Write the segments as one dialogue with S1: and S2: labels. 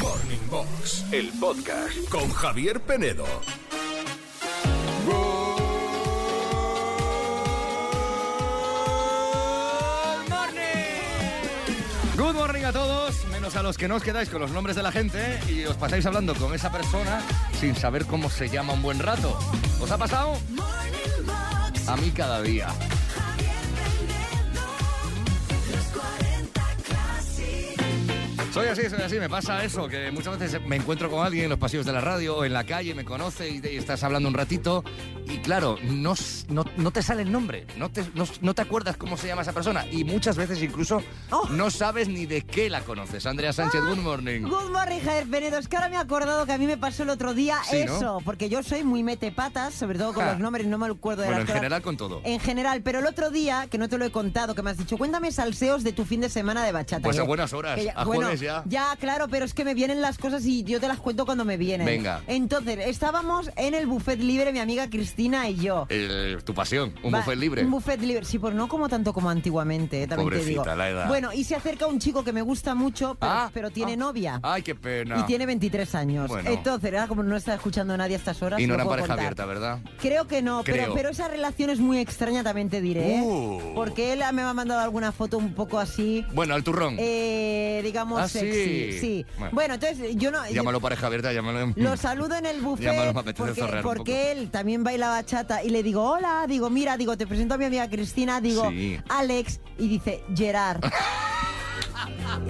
S1: Morning Box, el podcast con Javier Penedo.
S2: Good morning a todos, menos a los que no os quedáis con los nombres de la gente y os pasáis hablando con esa persona sin saber cómo se llama un buen rato. ¿Os ha pasado? A mí cada día. Soy así, soy así, me pasa eso, que muchas veces me encuentro con alguien en los pasillos de la radio o en la calle, me conoce y, y estás hablando un ratito y claro, no, s- no, no te sale el nombre, no te, no, no te acuerdas cómo se llama esa persona y muchas veces incluso no sabes ni de qué la conoces. Andrea Sánchez, good morning.
S3: Good morning, Javier Penedo. Es que ahora me he acordado que a mí me pasó el otro día
S2: Sí, ¿no?
S3: eso, porque yo soy muy metepatas, sobre todo con
S2: Ja.
S3: los nombres, no me acuerdo de
S2: Bueno,
S3: las
S2: en
S3: cosas.
S2: general con todo.
S3: En general, pero el otro día, que no te lo he contado, que me has dicho, cuéntame salseos de tu fin de semana de bachata.
S2: Pues a
S3: Que-
S2: buenas horas,
S3: que
S2: a
S3: bueno,
S2: jueves ya.
S3: Ya, claro, pero es que me vienen las cosas y yo te las cuento cuando me vienen.
S2: Venga.
S3: Entonces, estábamos en el buffet libre, mi amiga Cristina y yo.
S2: Eh, tu pasión, un
S3: Va-
S2: buffet libre.
S3: Un buffet libre. Sí, pues no como tanto como antiguamente, eh, también
S2: Pobrecita,
S3: te digo.
S2: la edad.
S3: Bueno, y se acerca un chico que me gusta mucho, pero,
S2: Ah,
S3: pero tiene
S2: ah.
S3: novia.
S2: Ay, qué pena.
S3: Y tiene 23 años.
S2: Bueno.
S3: Entonces, ahora como no está escuchando nadie a estas horas.
S2: Y no era
S3: puedo
S2: pareja
S3: contar.
S2: abierta, ¿verdad?
S3: Creo que no,
S2: Creo.
S3: Pero, pero esa relación es muy extraña, también te diré. ¿eh?
S2: Uh.
S3: Porque él me ha mandado alguna foto un poco así,
S2: Bueno, al turrón.
S3: eh, digamos,
S2: Ah, sí.
S3: sexy. Sí.
S2: Bueno.
S3: Bueno. entonces yo no. yo-
S2: Llámalo pareja abierta, llámalo.
S3: lo saludo en el buffet
S2: Llámalo, me apetece
S3: porque,
S2: zorrear un
S3: porque
S2: poco.
S3: él también baila bachata y le digo, hola, digo, mira, digo, te presento a mi amiga Cristina, digo,
S2: Sí.
S3: Alex, y dice, Gerard.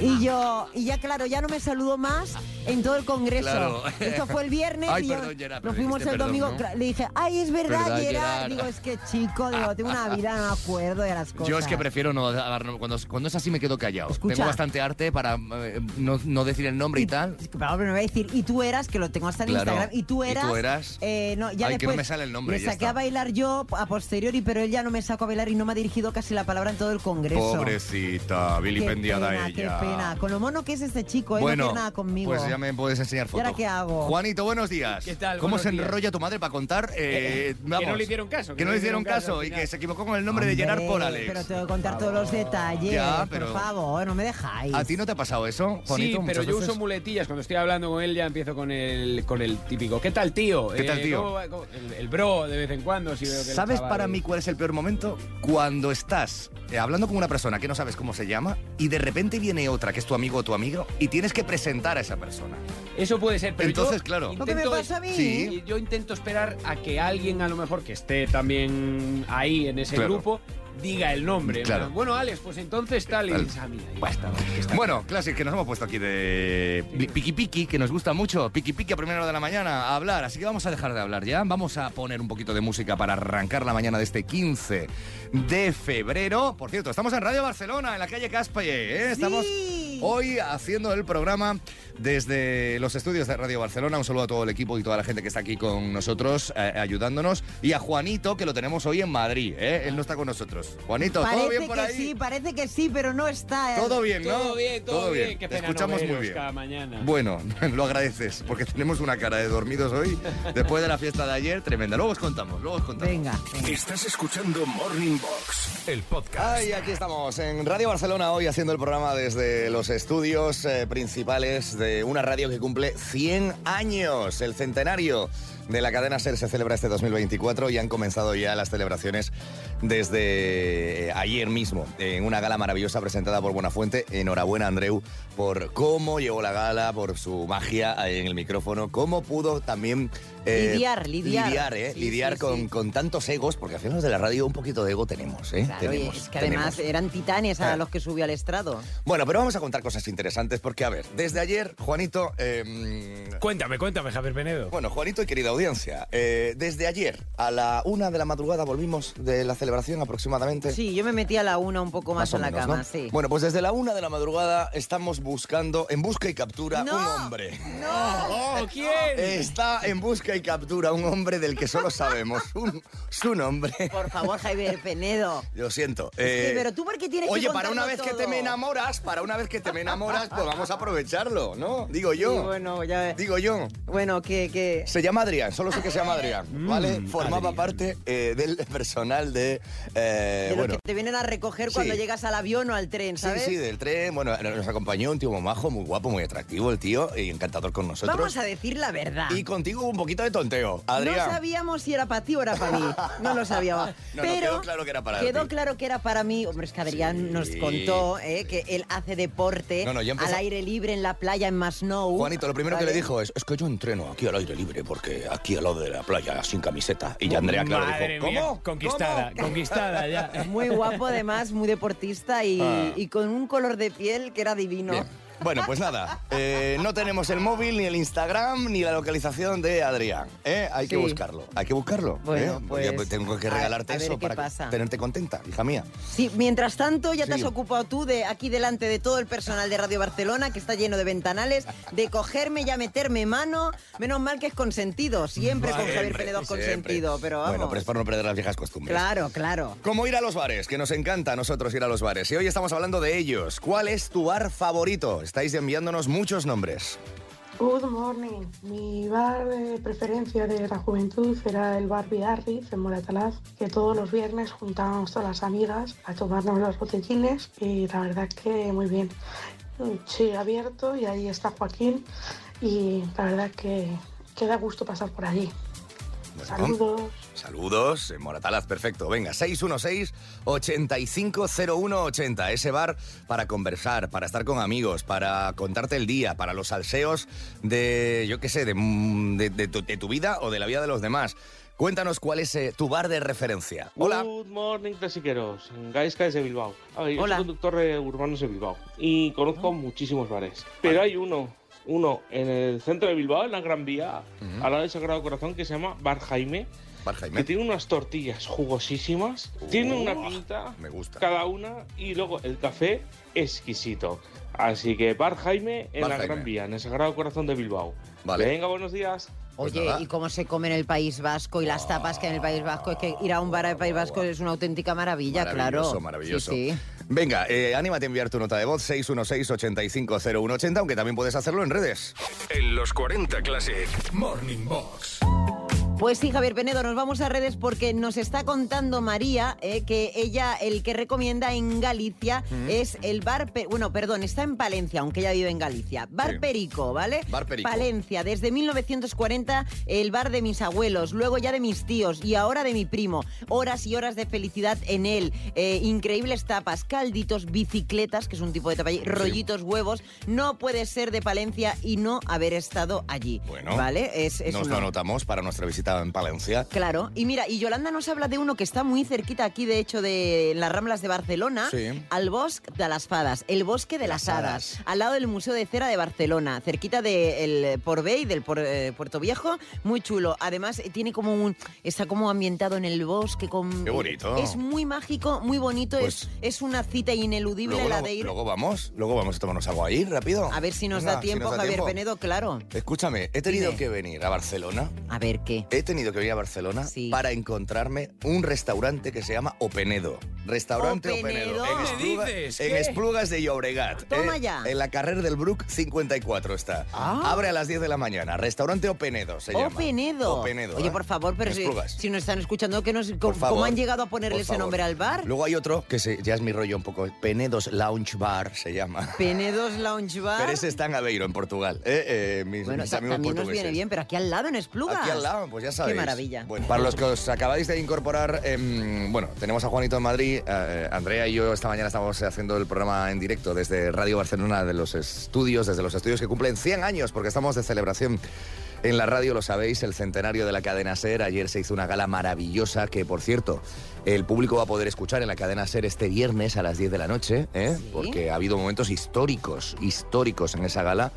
S3: y yo, y ya claro, ya no me saludo más en todo el congreso.
S2: Claro.
S3: Esto fue el viernes
S2: Ay,
S3: y yo-
S2: perdón, Gerard, pero
S3: nos fuimos
S2: dijiste
S3: el
S2: perdón,
S3: domingo,
S2: ¿no?
S3: cla- le dije, ay, es verdad,
S2: Verdad,
S3: Gerard.
S2: Gerard.
S3: Digo, es que chico, digo, tengo una vida, no me acuerdo de las cosas.
S2: Yo es que prefiero no dar- cuando, cuando es así me quedo callado.
S3: Escucha.
S2: Tengo bastante arte para eh, no, no decir el nombre y tal.
S3: Pero me voy a decir, y tú eras, que lo tengo hasta en
S2: Claro.
S3: Instagram, y tú
S2: Y
S3: eras.
S2: tú eras.
S3: eh, no, ya
S2: Ay, que no
S3: después
S2: me sale el nombre,
S3: Le
S2: ya
S3: saqué
S2: está.
S3: a bailar yo a posteriori, pero él ya no me sacó a bailar y no me ha dirigido casi la palabra en todo el congreso.
S2: Pobrecita,
S3: Qué pena, Qué pena. Con lo mono que es este chico, él no
S2: Bueno,
S3: quiere nada conmigo.
S2: pues ya me puedes enseñar
S3: ¿Y
S2: fotos.
S3: ahora qué hago?
S2: Juanito, buenos días.
S4: ¿Qué tal?
S2: ¿Cómo
S4: Buenos
S2: se
S4: días.
S2: enrolla tu madre para contar? Eh, vamos.
S4: no le hicieron caso,
S2: Que no le hicieron caso
S4: al
S2: y
S4: final.
S2: que se equivocó con el nombre de Gerard
S3: Hombre,
S2: por Alex.
S3: Pero tengo que contar todos los detalles.
S2: Ya, pero-
S3: Por favor, no me dejáis.
S2: ¿A ti no te ha pasado eso, Juanito?
S4: sí, pero
S2: muchas
S4: yo
S2: veces?
S4: uso muletillas. Cuando estoy hablando con él ya empiezo con el, con el típico. ¿Qué tal, tío? Eh,
S2: ¿Qué tal, tío?
S4: ¿cómo va? ¿Cómo- el, el bro de vez en cuando. Si veo que el
S2: ¿Sabes
S4: chaval- eh.
S2: para mí cuál es el peor momento? Cuando estás eh, hablando con una persona que no sabes cómo se llama y de repente viene otra que es tu amigo o tu amigo y tienes que presentar a esa persona.
S4: Eso puede ser, pero
S2: Entonces,
S4: yo
S2: claro.
S3: Lo que me
S4: intento-
S3: pasa a mí.
S2: Sí.
S4: Y yo intento esperar a que alguien, a lo mejor, que esté también ahí en ese
S2: Claro.
S4: grupo, diga el nombre.
S2: Claro.
S4: Bueno, Alex, pues entonces tal. Y
S2: Tal.
S4: dices, ah, mira, ahí
S2: Bueno.
S4: está, ahí está.
S2: Bueno, clases que nos hemos puesto aquí de pli- piqui piqui, que nos gusta mucho, piqui piqui a primera hora de la mañana, a hablar, así que vamos a dejar de hablar ya, vamos a poner un poquito de música para arrancar la mañana de este 15 de febrero. Por cierto, estamos en Radio Barcelona, en la calle Caspalle, ¿eh? estamos
S3: Sí.
S2: hoy haciendo el programa desde los estudios de Radio Barcelona. Un saludo a todo el equipo y toda la gente que está aquí con nosotros eh, ayudándonos y a Juanito, que lo tenemos hoy en Madrid, ¿eh? él no está con nosotros. Juanito, ¿todo
S3: Parece
S2: bien por
S3: que
S2: ahí?
S3: sí, parece que sí, pero no está. eh.
S2: Todo bien, ¿no?
S4: Todo bien, todo, bien. Qué
S2: Te
S4: pena no
S2: escuchamos muy
S4: veros
S2: bien.
S4: cada mañana.
S2: Bueno, lo agradeces, porque tenemos una cara de dormidos hoy, después de la fiesta de ayer, tremenda. Luego os contamos, luego os contamos.
S3: Venga.
S1: Estás escuchando Morning Box, el podcast.
S2: Ay, aquí estamos en Radio Barcelona hoy haciendo el programa desde los estudios eh, principales de una radio que cumple 100 años, el centenario de la cadena SER se celebra este 2024 y han comenzado ya las celebraciones desde eh, ayer mismo en una gala maravillosa presentada por Buenafuente. Enhorabuena Andreu por cómo llegó la gala, por su magia en el micrófono, cómo pudo también eh,
S3: Lidiar, lidiar.
S2: lidiar, eh,
S3: Sí,
S2: lidiar
S3: sí,
S2: con,
S3: sí.
S2: con tantos egos, porque al final de la radio un poquito de ego tenemos, ¿eh?
S3: Claro,
S2: Tenemos,
S3: y es que además
S2: tenemos.
S3: eran titanes
S2: Ah.
S3: a los que subió al estrado.
S2: Bueno, pero vamos a contar cosas interesantes porque, a ver, desde ayer, Juanito... eh, mm,
S5: Cuéntame, cuéntame, Javier Penedo.
S2: bueno, Juanito y querida audiencia, eh, desde ayer a la una de la madrugada volvimos de la celebración aproximadamente.
S3: Sí, yo me metí a la una un poco más,
S2: o
S3: a la
S2: menos,
S3: cama,
S2: ¿no?
S3: sí.
S2: Bueno, pues desde la una de la madrugada estamos buscando, en busca y captura,
S3: ¡No!
S2: un hombre.
S4: ¡Oh, quién!
S2: Eh, Está en busca y captura un hombre del que solo sabemos un- su nombre.
S3: Por favor, Javier Penedo.
S2: Lo siento.
S3: que,
S2: eh,
S3: pero tú, ¿por qué tienes que
S2: Oye, para una
S3: contarlo
S2: vez que te
S3: todo?
S2: me enamoras, para una vez que te me enamoras, pues vamos a aprovecharlo, ¿no? Digo yo.
S3: Sí, bueno, ya
S2: Digo yo.
S3: Bueno, que, que... Mm,
S2: Se llama Adrián, solo sé que se llama Adrián, ¿vale? Formaba parte eh, del personal de coche. eh,
S3: de los
S2: bueno.
S3: que te vienen a recoger cuando
S2: Sí.
S3: llegas al avión o al tren,
S2: Sí,
S3: ¿sabes?
S2: sí, del tren. Bueno, nos acompañó un tío muy majo, muy guapo, muy atractivo el tío y encantador con nosotros.
S3: Vamos a decir la verdad.
S2: Y contigo hubo un poquito de tonteo, Adrián.
S3: No sabíamos si era para ti o era para mí. No lo sabíamos.
S2: No, no,
S3: Pero
S2: quedó claro que era para
S3: quedó
S2: ti.
S3: claro que era para mí. Hombre, es que Adrián
S2: Sí.
S3: nos contó eh, que él hace deporte
S2: No, no, ya empezó-
S3: al aire libre en la playa en Masnou.
S2: Juanito, lo primero que
S3: Uh, ¿vale?
S2: le dijo es, es que yo entreno aquí al aire libre, porque aquí al lado de la playa, sin camiseta. Y ya Andrea, claro,
S4: Madre
S2: dijo,
S4: mía,
S2: ¿cómo?
S4: Conquistada,
S2: ¿Cómo?".
S4: conquistada ya.
S3: Muy guapo además, muy deportista y, y con un color de piel que era divino.
S2: Ah. Bien. Bueno, pues nada, eh, no tenemos el móvil, ni el Instagram, ni la localización de Adrián. ¿eh? Hay que
S3: Sí.
S2: buscarlo, hay que buscarlo.
S3: Bueno,
S2: ¿eh?
S3: pues,
S2: Ya tengo que
S3: a-
S2: regalarte
S3: a ver
S2: eso
S3: qué
S2: para
S3: pasa.
S2: tenerte contenta, hija mía.
S3: Sí, mientras tanto ya te
S2: Sí.
S3: has ocupado tú de aquí delante de todo el personal de Radio Barcelona que está lleno de ventanales, de cogerme y a meterme mano. Menos mal que es consentido, siempre con Javier
S2: Siempre,
S3: Penedo es
S2: siempre.
S3: consentido, pero vamos.
S2: Bueno, pero es para no perder las viejas costumbres.
S3: Claro, claro.
S2: Como ir a los bares, que nos encanta a nosotros ir a los bares. Y hoy estamos hablando de ellos. ¿Cuál es tu bar favorito? Estáis enviándonos muchos nombres.
S5: Good morning. Mi bar de preferencia de la juventud era el bar Biarritz en Moratalaz, que todos los viernes juntábamos todas las amigas a tomarnos los botellines y la verdad que muy bien. Sigue abierto y ahí está Joaquín y la verdad que, que da gusto pasar por allí.
S2: Bueno,
S5: Saludos.
S2: Saludos, en Moratalaz, perfecto. Venga, 616-850180. Ese bar para conversar, para estar con amigos, para contarte el día, para los salseos de, yo qué sé, de, mm, de- de tu, de tu vida o de la vida de los demás. Cuéntanos cuál es eh, tu bar de referencia. Hola.
S6: Good morning, clasiqueros. Gaisca es de Bilbao. A ver, yo
S3: Hola.
S6: soy conductor de urbanos de Bilbao y
S2: Ah.
S6: conozco muchísimos bares. Pero hay uno, uno en el centro de Bilbao, en la Gran Vía, al lado del Sagrado Corazón, que se llama Bar Jaime,
S2: Bar
S6: que
S2: Jaime.
S6: tiene unas tortillas jugosísimas, tiene una
S2: Uah,
S6: pinta,
S2: me gusta.
S6: cada una, y luego el café exquisito. Así que Bar Jaime en
S2: Bar
S6: la
S2: Jaime.
S6: Gran Vía, en el Sagrado Corazón de Bilbao.
S2: Vale.
S6: Venga, buenos días.
S2: Pues
S3: Oye,
S2: nada.
S3: ¿y cómo se come en el País Vasco y las tapas que hay en el País Vasco? Es que ir a un bar del País Vasco es una auténtica maravilla,
S2: maravilloso,
S3: claro.
S2: Maravilloso,
S3: Sí, sí.
S2: Venga, eh, anímate a enviar tu nota de voz 616-850180, aunque también puedes hacerlo en redes.
S1: En los 40 Classic Morning Box.
S3: Pues sí, Javier Penedo, nos vamos a redes porque nos está contando María eh, que ella el que recomienda en Galicia es el bar, Pe- bueno, perdón, está en Palencia, aunque ella vive en Galicia. Bar
S2: Sí.
S3: Perico, ¿vale?
S2: Bar Perico.
S3: Palencia, desde 1940 el bar de mis abuelos, luego ya de mis tíos y ahora de mi primo. Horas y horas de felicidad en él, Eh, increíbles tapas, calditos, bicicletas, que es un tipo de tapa allí, rollitos, huevos. No puede ser de Palencia y no haber estado allí.
S2: Bueno,
S3: ¿vale? Es, es
S2: Nos
S3: un
S2: lo
S3: honor.
S2: anotamos para nuestra visita en Palencia.
S3: Claro, y mira, y Yolanda nos habla de uno que está muy cerquita aquí, de hecho, de las Ramblas de Barcelona,
S2: Sí.
S3: al Bosque de las Fadas, el Bosque de las,
S2: Las
S3: Hadas,
S2: Hadas.
S3: al lado del Museo de Cera de Barcelona, cerquita del Portbey, del Por- eh, Puerto Viejo, muy chulo. Además, eh, tiene como un... está como ambientado en el bosque con...
S2: Qué bonito.
S3: Es muy mágico, muy bonito, es,
S2: Pues-
S3: es una cita ineludible
S2: Luego,
S3: la
S2: luego-
S3: de ir...
S2: luego vamos, luego vamos a tomarnos algo ahí, rápido.
S3: A ver si nos
S2: Venga,
S3: da tiempo,
S2: nos
S3: Javier
S2: tiempo.
S3: Penedo, claro.
S2: Escúchame, he tenido
S3: Dime.
S2: que venir a Barcelona.
S3: A ver qué.
S2: He tenido que venir a Barcelona
S3: Sí.
S2: para encontrarme un restaurante que se llama Openedo. Restaurante Openedo.
S3: Openedo.
S2: En,
S4: ¿Qué
S2: Espluga-
S4: dices?
S2: en
S4: ¿Qué?
S2: Esplugas de Llobregat. eh,
S3: Toma ya.
S2: En la carrera del Brook 54 está.
S3: Ah.
S2: Abre a las 10 de la mañana. Restaurante Openedo se llama.
S3: Openedo.
S2: Openedo.
S3: Oye,
S2: ¿eh?
S3: por favor, pero
S2: En
S3: si,
S2: Esplugas.
S3: si nos están escuchando, que nos,
S2: Por
S3: ¿cómo
S2: favor.
S3: han llegado a ponerle
S2: Por
S3: ese
S2: favor.
S3: nombre al bar?
S2: Luego hay otro que se- ya es mi rollo un poco. Penedos Lounge Bar se llama.
S3: Penedos Lounge Bar.
S2: Pero ese está en Aveiro, en Portugal. Eh, eh, mis,
S3: bueno,
S2: mis
S3: ta-
S2: amigos
S3: también nos
S2: portugueses.
S3: viene bien, pero aquí al lado, en Esplugas.
S2: Aquí al lado, pues ya sabéis.
S3: Qué maravilla.
S2: Bueno, para los que os acabáis de incorporar, em, bueno, tenemos a Juanito en Madrid. eh, Andrea y yo esta mañana estamos eh, haciendo el programa en directo desde Radio Barcelona, de los estudios, desde los estudios que cumplen 100 años, porque estamos de celebración. En la radio lo sabéis, el centenario de la cadena SER. Ayer se hizo una gala maravillosa que, por cierto, el público va a poder escuchar en la cadena SER este viernes a las 10 de la noche, ¿eh?
S3: Sí.
S2: porque ha habido momentos históricos, históricos en esa gala,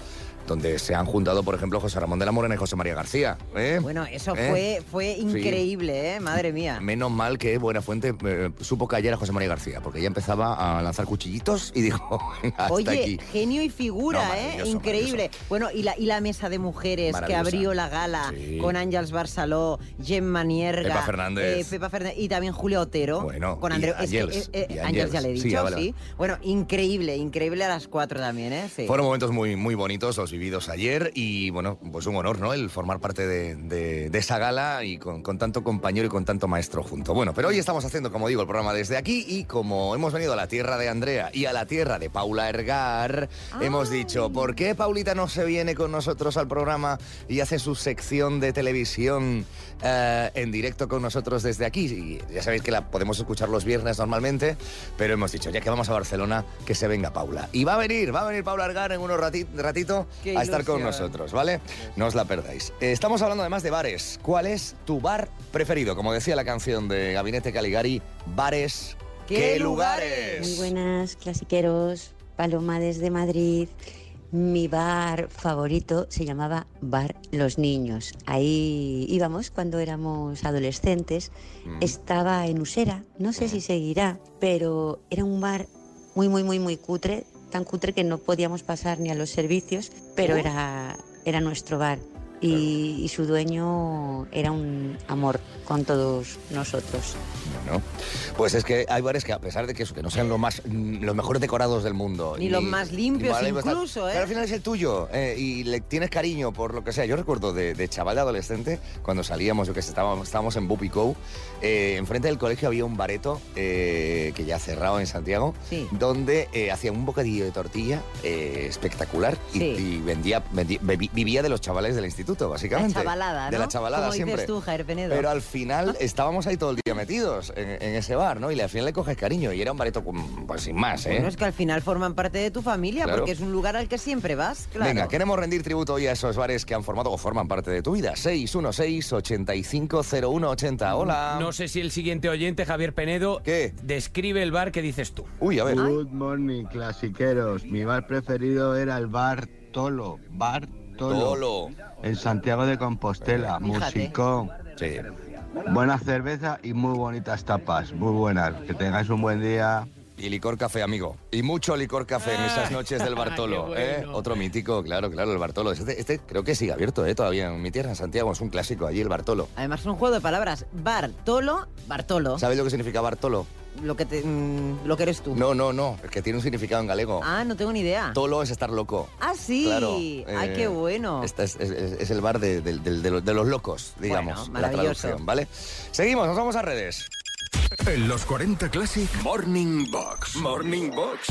S2: donde se han juntado, por ejemplo, José Ramón de la Morena y José María García. ¿eh?
S3: Bueno, eso
S2: ¿Eh?
S3: fue, fue increíble, ¿eh? Madre mía.
S2: Menos mal que Buena Fuente eh, supo callar a José María García, porque ya empezaba a lanzar cuchillitos y dijo, "Venga, hasta
S3: Oye,
S2: aquí.
S3: genio y figura,
S2: No,
S3: ¿eh?
S2: maravilloso,
S3: Increíble. Bueno, y la, y la mesa de mujeres que
S2: Maravillosa.
S3: abrió la gala
S2: Sí.
S3: con Ángels Barceló, Gemma Nierga,
S2: Pepa Fernández.
S3: eh, Pepa Fernández y también Julio Otero.
S2: Bueno,
S3: con
S2: y
S3: Andreu. es que,
S2: Ángels,
S3: eh,
S2: y
S3: eh, Ángels ya le he
S2: Ángels.
S3: dicho,
S2: Sí,
S3: sí.
S2: ah, vale,
S3: Bueno, increíble, increíble a las cuatro también, ¿eh? Sí.
S2: Fueron momentos muy, muy bonitos los vividos ayer y bueno, pues un honor, ¿no? El formar parte de, de- de esa gala y con, con tanto compañero y con tanto maestro junto. Bueno, pero hoy estamos haciendo, como digo, el programa desde aquí y como hemos venido a la tierra de Andrea y a la tierra de Paula Ergar, hemos dicho, ¿por qué Paulita no se viene con nosotros al programa y hace su sección de televisión eh, en directo con nosotros desde aquí? Y ya sabéis que la podemos escuchar los viernes normalmente, pero hemos dicho, ya que vamos a Barcelona, que se venga Paula. Y va a venir, va a venir Paula Argar en unos rati- ratito
S3: Qué
S2: a estar con
S3: ilusión.
S2: nosotros, ¿vale? No os la perdáis. Eh, Estamos hablando además de bares. ¿Cuál es tu bar preferido? Como decía la canción de Gabinete Caligari, bares.
S3: ¡Qué lugares!
S7: Muy buenas, clasiqueros. Paloma desde Madrid. Mi bar favorito se llamaba Bar Los Niños. Ahí íbamos cuando éramos adolescentes. Estaba en Usera, no sé si seguirá, pero era un bar muy, muy, muy, muy cutre. Tan cutre que no podíamos pasar ni a los servicios, pero era, era nuestro bar. Y, y su dueño era un amor con todos nosotros.
S2: Bueno, pues es que hay bares que a pesar de que, eso, que no sean los más mm, los mejores decorados del mundo.
S3: Ni los más limpios incluso, ¿eh?
S2: Pero al final es el tuyo eh, y le tienes cariño por lo que sea. Yo recuerdo de, de chaval de adolescente, cuando salíamos, yo que sé, estábamos, estábamos en Bupico, eh, enfrente del colegio había un bareto eh, que ya ha cerrado en Santiago,
S3: Sí.
S2: donde eh, hacía un bocadillo de tortilla eh, espectacular y-
S3: Sí.
S2: y, vendía, vendí- bebi- vivía de los chavales del instituto,
S3: La
S2: básicamente.
S3: chavalada, ¿no?
S2: De la chavalada
S3: Como
S2: siempre.
S3: dices tú, Jair Penedo.
S2: Pero ¿eh? al
S3: Ah.
S2: final estábamos ahí todo el día metidos en, en ese bar, ¿no? Y al final le coges cariño y era un bareto con- pues, sin más, ¿eh?
S3: Bueno, es que al final forman parte de tu familia,
S2: Claro.
S3: porque es un lugar al que siempre vas, claro.
S2: Venga, queremos rendir tributo hoy a esos bares que han formado o forman parte de tu vida. 616-850180. Hola.
S4: No sé si el siguiente oyente, Javier Penedo,
S2: ¿Qué?
S4: describe el bar que dices tú.
S2: Uy, a ver.
S8: Good morning, clasiqueros. Mi bar preferido era el bar Tolo. Bar Tolo.
S2: Tolo.
S8: En Santiago de Compostela.
S3: Fíjate.
S8: Musicón.
S2: Sí.
S8: Buena cerveza y muy bonitas tapas. Muy buenas. Que tengáis un buen día.
S2: Y licor café, amigo. Y mucho licor café en
S3: Ah.
S2: esas noches del Bartolo.
S4: Qué
S2: ¿eh?
S4: bueno.
S2: Otro mítico, claro, claro, el Bartolo. Este, este creo que sigue abierto ¿eh? todavía en mi tierra, en Santiago. Es un clásico allí, el Bartolo.
S3: Además es un juego de palabras. Bartolo, Bartolo.
S2: ¿Sabes lo que significa Bartolo?
S3: Lo que, te- mm, lo que eres tú.
S2: No, no, no. Es que tiene un significado en galego.
S3: Ah, no tengo ni idea.
S2: Tolo es estar loco.
S3: Ah, sí.
S2: Claro.
S3: Ay,
S2: eh,
S3: qué bueno.
S2: esta es, es- es- es el bar de, del- del- de los- de los locos, digamos, la
S3: maravilloso.
S2: traducción, ¿vale? Seguimos, nos vamos a redes.
S1: En los 40 Classic Morning Box. Morning Box.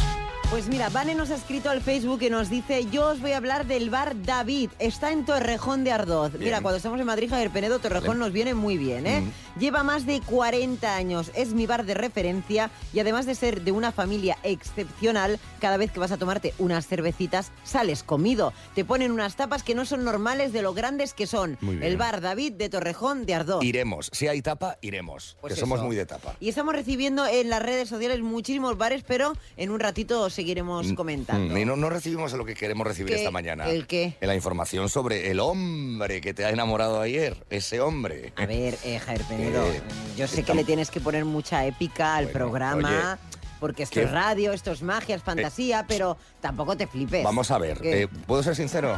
S3: Pues mira, Vane nos ha escrito al Facebook y nos dice, yo os voy a hablar del bar David, está en Torrejón de Ardoz. Mira, cuando estamos en Madrid, Javier Penedo, Torrejón nos viene muy bien, ¿eh? Lleva más de 40 años, es mi bar de referencia y además de ser de una familia excepcional, cada vez que vas a tomarte unas cervecitas, sales comido. Te ponen unas tapas que no son normales de lo grandes que son.
S2: Muy bien.
S3: El bar David de Torrejón de Ardoz.
S2: Iremos. Si hay tapa, iremos.
S3: Pues
S2: que somos
S3: eso.
S2: muy de tapa.
S3: Y estamos recibiendo en las redes sociales muchísimos bares, pero en un ratito seguiremos comentando.
S2: Mm, Y no, no recibimos lo que queremos recibir
S3: ¿Qué?
S2: esta mañana.
S3: ¿El qué?
S2: La información sobre el hombre que te ha enamorado ayer. Ese hombre.
S3: A ver, eh, Javier Penedo,
S2: Eh,
S3: yo sé
S2: está-
S3: que le tienes que poner mucha épica al
S2: Bueno,
S3: programa, porque esto
S2: ¿qué?
S3: es radio, esto es magia, es fantasía, pero tampoco te flipes.
S2: Vamos a ver.
S3: ¿Qué?
S2: eh, ¿Puedo ser sincero?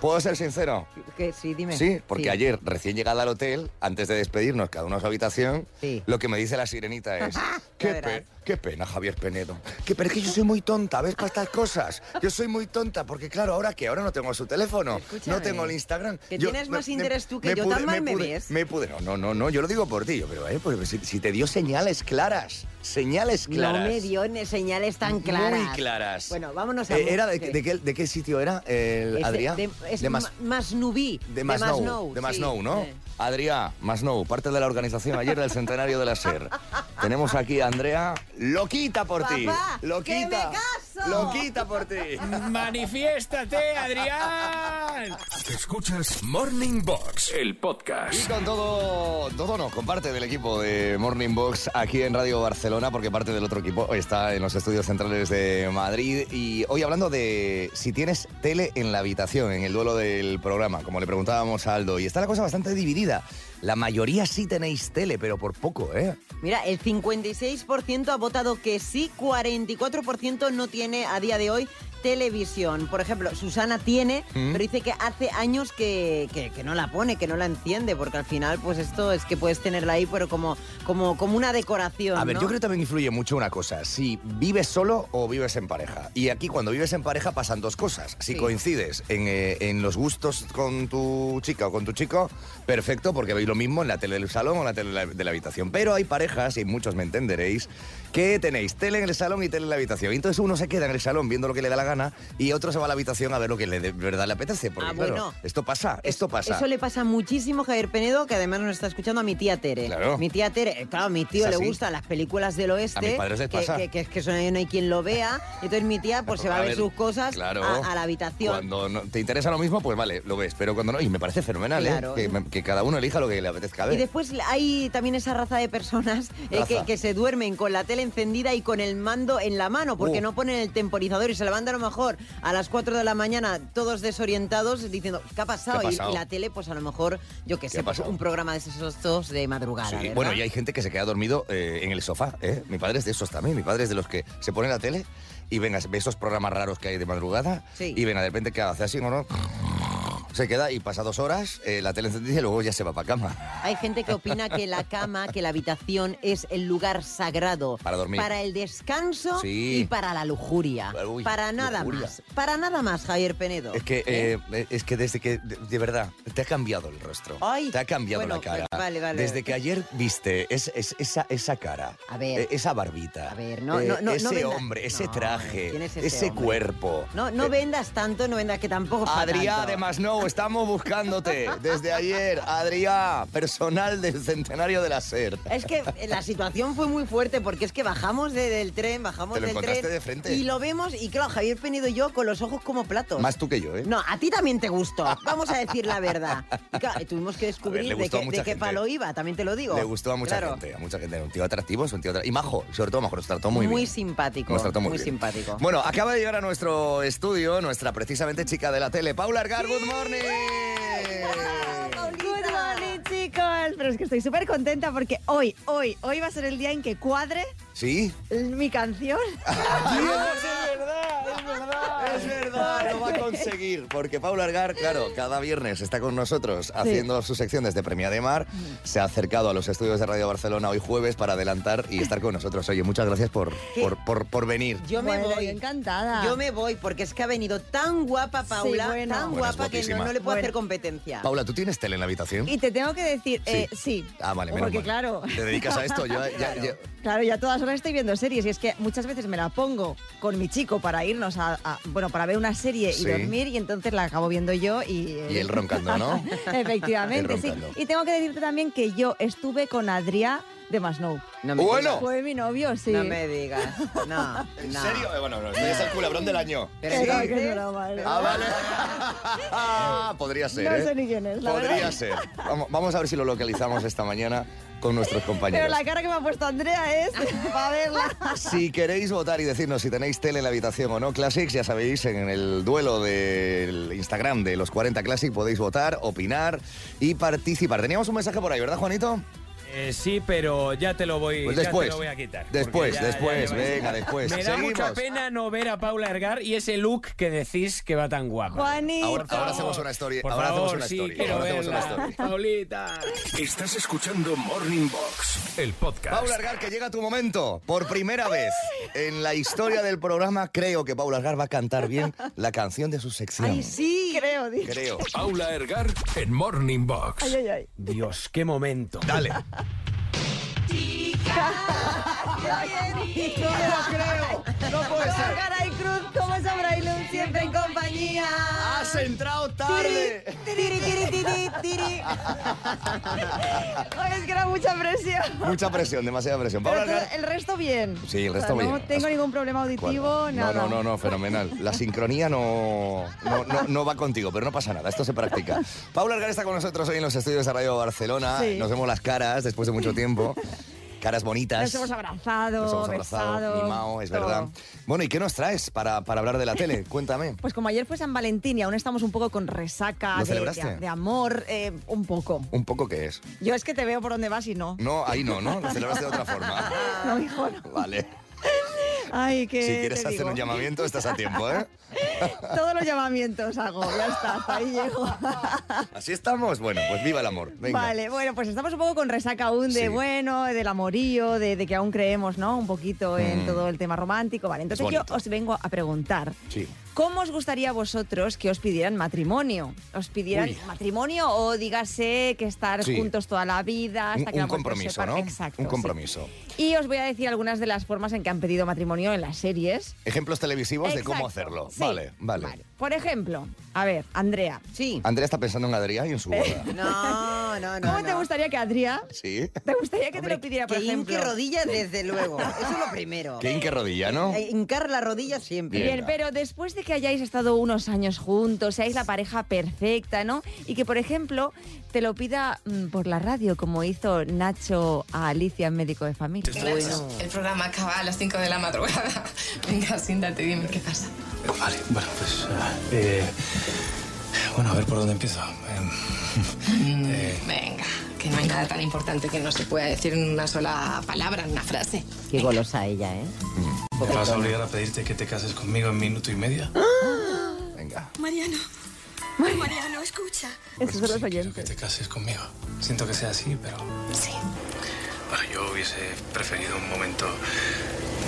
S2: ¿Puedo ser sincero?
S3: ¿Qué? Sí, dime.
S2: Sí, porque
S3: Sí.
S2: ayer, recién llegada al hotel, antes de despedirnos cada uno a su habitación,
S3: Sí.
S2: lo que me dice la sirenita es... qué,
S3: verás.
S2: pe- qué pena, Javier Penedo. Que, pero es que yo soy muy tonta, ¿ves? Para estas cosas. Yo soy muy tonta, porque claro, ahora que ahora no tengo su teléfono,
S3: Escúchame,
S2: no tengo el Instagram.
S3: que
S2: Yo-
S3: tienes más interés tú que yo, tan mal me
S2: pude-
S3: ves.
S2: Me pude, no, no, no, no, yo lo digo por ti, yo, pero eh, pues, si, si te dio señales claras, señales claras.
S3: No me dio ni señales tan claras.
S2: Muy claras.
S3: Bueno, vámonos a...
S2: Eh, ¿Era de,
S3: ¿qué?
S2: de qué, de qué sitio era, el
S3: Es
S2: Adrián?
S3: De, es
S2: De Mas-
S3: Ma- Masnubí,
S2: de Masnou, de
S3: sí.
S2: Masnou, ¿no?
S3: Eh.
S2: Adrián Masnou, parte de la organización ayer del centenario de la SER. Tenemos aquí a Andrea, loquita por ti.
S3: Papá,
S2: Loquita.
S3: que me caso.
S2: Loquita por ti.
S4: ¡Manifiéstate, Adrián!
S1: Escuchas Morning Box, el
S2: Y
S1: podcast.
S2: con todo, todo no, con parte del equipo de Morning Box aquí en Radio Barcelona, porque parte del otro equipo está en los estudios centrales de Madrid. Y hoy hablando de si tienes tele en la habitación, en el duelo del programa, como le preguntábamos a Aldo, y está la cosa bastante dividida. La mayoría sí tenéis tele, pero por poco, ¿eh?
S3: Mira, el 56% ha votado que sí, 44% no tiene a día de hoy televisión. Por ejemplo, Susana tiene,
S2: ¿Mm?
S3: pero dice que hace años que, que- que no la pone, que no la enciende, porque al final, pues esto es que puedes tenerla ahí, pero como, como, como una decoración.
S2: A ver,
S3: ¿no?
S2: yo creo que también influye mucho una cosa, si vives solo o vives en pareja. Y aquí cuando vives en pareja pasan dos cosas. Si
S3: Sí.
S2: coincides en, eh, en los gustos con tu chica o con tu chico, perfecto, porque veis lo mismo en la tele del salón o en la tele de la- de la habitación. Pero hay parejas, y muchos me entenderéis, que tenéis tele en el salón y tele en la habitación. Y entonces uno se queda en el salón viendo lo que le da la gana y otro se va a la habitación a ver lo que le de verdad le apetece. Porque
S3: Ah,
S2: claro,
S3: bueno.
S2: esto pasa, esto pasa.
S3: Eso le pasa muchísimo a Javier Penedo, que además nos está escuchando a mi tía Tere.
S2: Claro.
S3: Mi tía Tere, eh, claro, a mi tío
S2: Es
S3: le
S2: así.
S3: gustan las películas del oeste.
S2: A mis padres les
S3: que,
S2: pasa.
S3: Que, que es que eso no hay quien lo vea. Y entonces mi tía pues se va a ver, sus cosas
S2: claro.
S3: a, a la habitación.
S2: Cuando no- te interesa lo mismo, pues vale, lo ves. Pero cuando no, y me parece fenomenal, ¿eh?
S3: Claro.
S2: que, me- que cada uno elija lo que le apetezca
S3: Y
S2: ver.
S3: después hay también esa raza de personas eh,
S2: Raza.
S3: que, que se duermen con la tele encendida y con el mando en la mano, porque
S2: Uh.
S3: no ponen el temporizador y se levantan a lo mejor a las 4 de la mañana todos desorientados diciendo, ¿qué ha pasado?
S2: ¿Qué ha
S3: Y-
S2: pasado?
S3: Y, la tele, pues a lo mejor, yo qué
S2: ha
S3: sé, pues,
S2: pasado?
S3: un programa de esos dos de madrugada.
S2: Sí,
S3: ¿verdad?
S2: Bueno, y hay gente que se queda dormido eh, en el sofá, ¿eh? Mi padre es de esos también, mi padre es de los que se pone la tele y ven a- ve esos programas raros que hay de madrugada
S3: Sí.
S2: y ven a de repente que hace así, ¿no? Se queda y pasa dos horas, eh, la tele encendida y luego ya se va para cama.
S3: Hay gente que opina que la cama, que la habitación es el lugar sagrado
S2: Para dormir.
S3: para el descanso
S2: Sí.
S3: y para la lujuria.
S2: Uy,
S3: para nada
S2: lujuria.
S3: más. Para nada más, Javier Penedo.
S2: Es que,
S3: ¿Eh?
S2: eh, es que desde que, de, de verdad, te ha cambiado el rostro.
S3: Ay,
S2: te ha cambiado
S3: bueno,
S2: la cara.
S3: vale, vale.
S2: Desde que ayer viste es- es- esa, esa cara,
S3: A ver.
S2: eh, esa barbita,
S3: A ver, no-
S2: eh,
S3: no- no- no
S2: ese
S3: vendas-
S2: hombre, ese
S3: no, ¿quién
S2: traje,
S3: es
S2: ese,
S3: ese hombre?
S2: cuerpo.
S3: No, no
S2: Eh,
S3: vendas tanto, no vendas que tampoco. es para
S2: Adrián
S3: tanto.
S2: de Masnou, estamos buscándote desde ayer. Adrián, personal del Centenario de la SER.
S3: Es que la situación fue muy fuerte porque es que bajamos de- del tren, bajamos
S2: Te lo
S3: del
S2: encontraste
S3: tren
S2: de frente.
S3: y lo vemos y claro, Javier Penedo y yo con los ojos como platos.
S2: Más tú que yo, ¿eh?
S3: No, a ti también te gustó, vamos a decir la verdad. Y claro, tuvimos que
S2: le
S3: descubrir de,
S2: gustó a
S3: qué,
S2: mucha
S3: de qué
S2: gente.
S3: palo iba, también te lo digo.
S2: Le gustó a mucha
S3: Claro.
S2: gente, a mucha gente. Era un tío atractivo, es un tío atractivo. Y majo, sobre todo majo, nos trató muy,
S3: Muy,
S2: bien.
S3: simpático.
S2: Nos trató muy, bien.
S3: simpático.
S2: Bueno, acaba de llegar a nuestro estudio nuestra precisamente chica de la tele, Paula Argar. Good morning.
S9: Good morning, chicos. Pero es que estoy súper contenta porque hoy, hoy, hoy va a ser el día en que cuadre
S2: ¿Sí?
S9: mi canción.
S2: Ah. es verdad, es verdad. Es verdad, lo va a conseguir. Porque Paula Argar, claro, cada viernes está con nosotros haciendo sus secciones de Premia de Mar. Se ha acercado a los estudios de Radio Barcelona hoy jueves para adelantar y estar con nosotros. Oye, muchas gracias por,
S3: ¿Qué?
S2: por, por, por venir.
S3: Yo me
S9: Bueno,
S3: voy.
S9: yo encantada.
S3: Yo me voy porque es que ha venido tan guapa Paula,
S9: Sí, bueno.
S3: tan
S2: Bueno, es
S3: guapa que no,
S2: guapísima.
S3: no le puedo
S9: Bueno.
S3: hacer competencia.
S2: Paula, ¿tú tienes tele en la habitación?
S9: Y te tengo que decir, eh, sí.
S2: Ah, vale, menos
S9: Porque
S2: mal.
S9: claro,
S2: Te dedicas a esto, yo, ya- ya-
S9: claro, ya todas horas estoy viendo series y es que muchas veces me la pongo con mi chico para irnos a, a- bueno, para ver una serie
S2: Sí.
S9: y dormir y entonces la acabo viendo yo y... eh,
S2: Y él roncando, ¿no?
S9: Efectivamente,
S2: Él
S9: sí.
S2: roncando.
S9: Y tengo que decirte también que yo estuve con Adrián de Masnou.
S3: No me
S2: Bueno.
S9: Fue mi novio, sí.
S3: digas, No me digas. No.
S2: ¿En
S3: no.
S2: serio? Eh, Bueno, no, este es el culabrón del año.
S3: Pero
S9: Que no,
S3: ¿qué
S9: que no
S3: dices?
S9: era malo.
S2: Ah, vale. Ah, Podría ser,
S9: No
S2: ¿eh?
S9: sé ni quién es, la
S2: Podría
S9: verdad.
S2: ser. Vamos, vamos a ver si lo localizamos esta mañana con nuestros
S9: Pero
S2: compañeros.
S9: la cara que me ha puesto Andrea es para verla.
S2: Si queréis votar y decirnos si tenéis tele en la habitación o no, Classics, ya sabéis, en el duelo del Instagram de los 40 Classic podéis votar, opinar y participar. Teníamos un mensaje por ahí, ¿verdad, Juanito?
S4: Eh, sí, pero ya te lo voy,
S2: Pues
S4: ya te
S2: después.
S4: lo voy a quitar. porque
S2: Después,
S4: ya- ya
S2: después,
S4: lleváis-
S2: venga, después.
S4: Me da
S2: Seguimos.
S4: mucha pena no ver a Paula Ergar y ese look que decís que va tan guapa.
S9: Juanito.
S2: Ahora, ahora
S4: Por
S2: hacemos
S4: favor,
S2: una story.
S4: Por
S2: ahora hacemos
S4: favor,
S2: una
S4: sí,
S2: story.
S4: quiero
S2: ahora hacemos una
S4: verla.
S2: story.
S4: Paulita.
S1: Estás escuchando Morning Box, el podcast.
S2: Paula Argar, que llega tu momento. Por primera vez en la historia del programa, creo que Paula Argar va a cantar bien la canción de su sección.
S9: Ay, sí. Creo, dije.
S2: Creo.
S1: Paula Ergar en Morning Box.
S9: Ay, ay, ay.
S4: Dios, qué momento.
S2: Dale.
S9: No me lo creo. No puede ser. Caray Cruz, como sabrá Ilum, siempre en compañía.
S2: Has entrado tarde.
S9: Tiri, tiri, tiri, tiri. Ay, es que era mucha presión.
S2: Mucha presión, demasiada presión. Paula
S9: Pero todo-
S2: Argar.
S9: el resto bien.
S2: Sí, el
S9: O sea,
S2: resto bien.
S9: No tengo ningún problema
S2: ¿Cuál?
S9: auditivo,
S2: no,
S9: nada.
S2: no, no, no, fenomenal. La sincronía no, no, no, no va contigo, pero no pasa nada, esto se practica. Paula Argar está con nosotros hoy en los estudios de Radio Barcelona.
S9: Sí.
S2: Nos vemos las caras después de mucho tiempo. Caras bonitas.
S9: Nos hemos abrazado,
S2: Nos hemos abrazado,
S9: besado,
S2: mimao, es
S9: todo.
S2: verdad. Bueno, ¿y qué nos traes para, para hablar de la tele? Cuéntame.
S9: Pues como ayer fue San Valentín y aún estamos un poco con resaca
S2: ¿Lo
S9: de- de,
S2: celebraste?
S9: de amor, eh, un poco.
S2: ¿Un poco qué es?
S9: Yo es que te veo
S2: Mm.
S9: por dónde vas y no.
S2: No, ahí no, ¿no? Lo celebraste de otra forma.
S9: No, hijo, no.
S2: Vale.
S9: Ay, que.
S2: Si quieres
S9: Eh, te
S2: hacer
S9: digo.
S2: un llamamiento, estás a tiempo, ¿eh?
S9: Todos los llamamientos hago, ya está, hasta ahí llego.
S2: Así estamos. Bueno, pues viva el amor. Venga.
S9: Vale, bueno, pues estamos un poco con resaca aún de
S2: Sí.
S9: bueno, del amorío, de, de que aún creemos, ¿no? Un poquito en
S2: Mm.
S9: todo el tema romántico. Vale, entonces yo
S2: bonito.
S9: os vengo a preguntar.
S2: Sí.
S9: ¿Cómo os gustaría a vosotros que os pidieran matrimonio? ¿Os pidieran
S2: Uy.
S9: matrimonio o dígase que estar
S2: Sí.
S9: juntos toda la vida hasta
S2: Un,
S9: que la
S2: un
S9: muerte os
S2: compromiso,
S9: separe?
S2: ¿no?
S9: Exacto.
S2: un
S9: sí.
S2: compromiso.
S9: Y os voy a decir algunas de las formas en que han pedido matrimonio en las series.
S2: Ejemplos televisivos de cómo
S9: Exacto,
S2: hacerlo.
S9: sí.
S2: Vale, vale,
S9: Por ejemplo, a ver, Andrea,
S3: Sí.
S2: Andrea está pensando en Adrián y en su boda.
S3: No, no, no.
S9: ¿cómo te
S3: no.
S9: gustaría que Adrián
S2: Sí.
S9: te gustaría que
S3: Hombre,
S9: te lo pidiera, por
S3: que
S9: ejemplo?
S3: hinque rodilla, desde luego. Eso es lo primero.
S2: Qué hinque rodilla, ¿no?
S3: Eh, Hincar la rodilla siempre.
S2: Bien.
S9: Bien, pero después de que hayáis estado unos años juntos, seáis la pareja perfecta, ¿no? Y que, por ejemplo, te lo pida mm, por la radio, como hizo Nacho a Alicia en Médico de Familia.
S10: El programa acaba a las 5 de la madrugada. Venga, siéntate y dime qué pasa.
S11: Vale, bueno, pues. ah, eh, bueno, a ver por dónde empiezo. Em, eh,
S10: Venga, que no hay nada tan importante que no se pueda decir en una sola palabra, en una frase.
S3: Qué golosa ella, ¿eh?
S11: ¿Me vas a obligar a pedirte que te cases conmigo en minuto y medio?
S9: Ah.
S2: Venga.
S12: Mariano. Mariano, escucha.
S9: Esos son los
S11: Quiero
S9: oyentes.
S11: que te cases conmigo. Siento que sea así, pero.
S12: Sí.
S11: Bueno, yo hubiese preferido un momento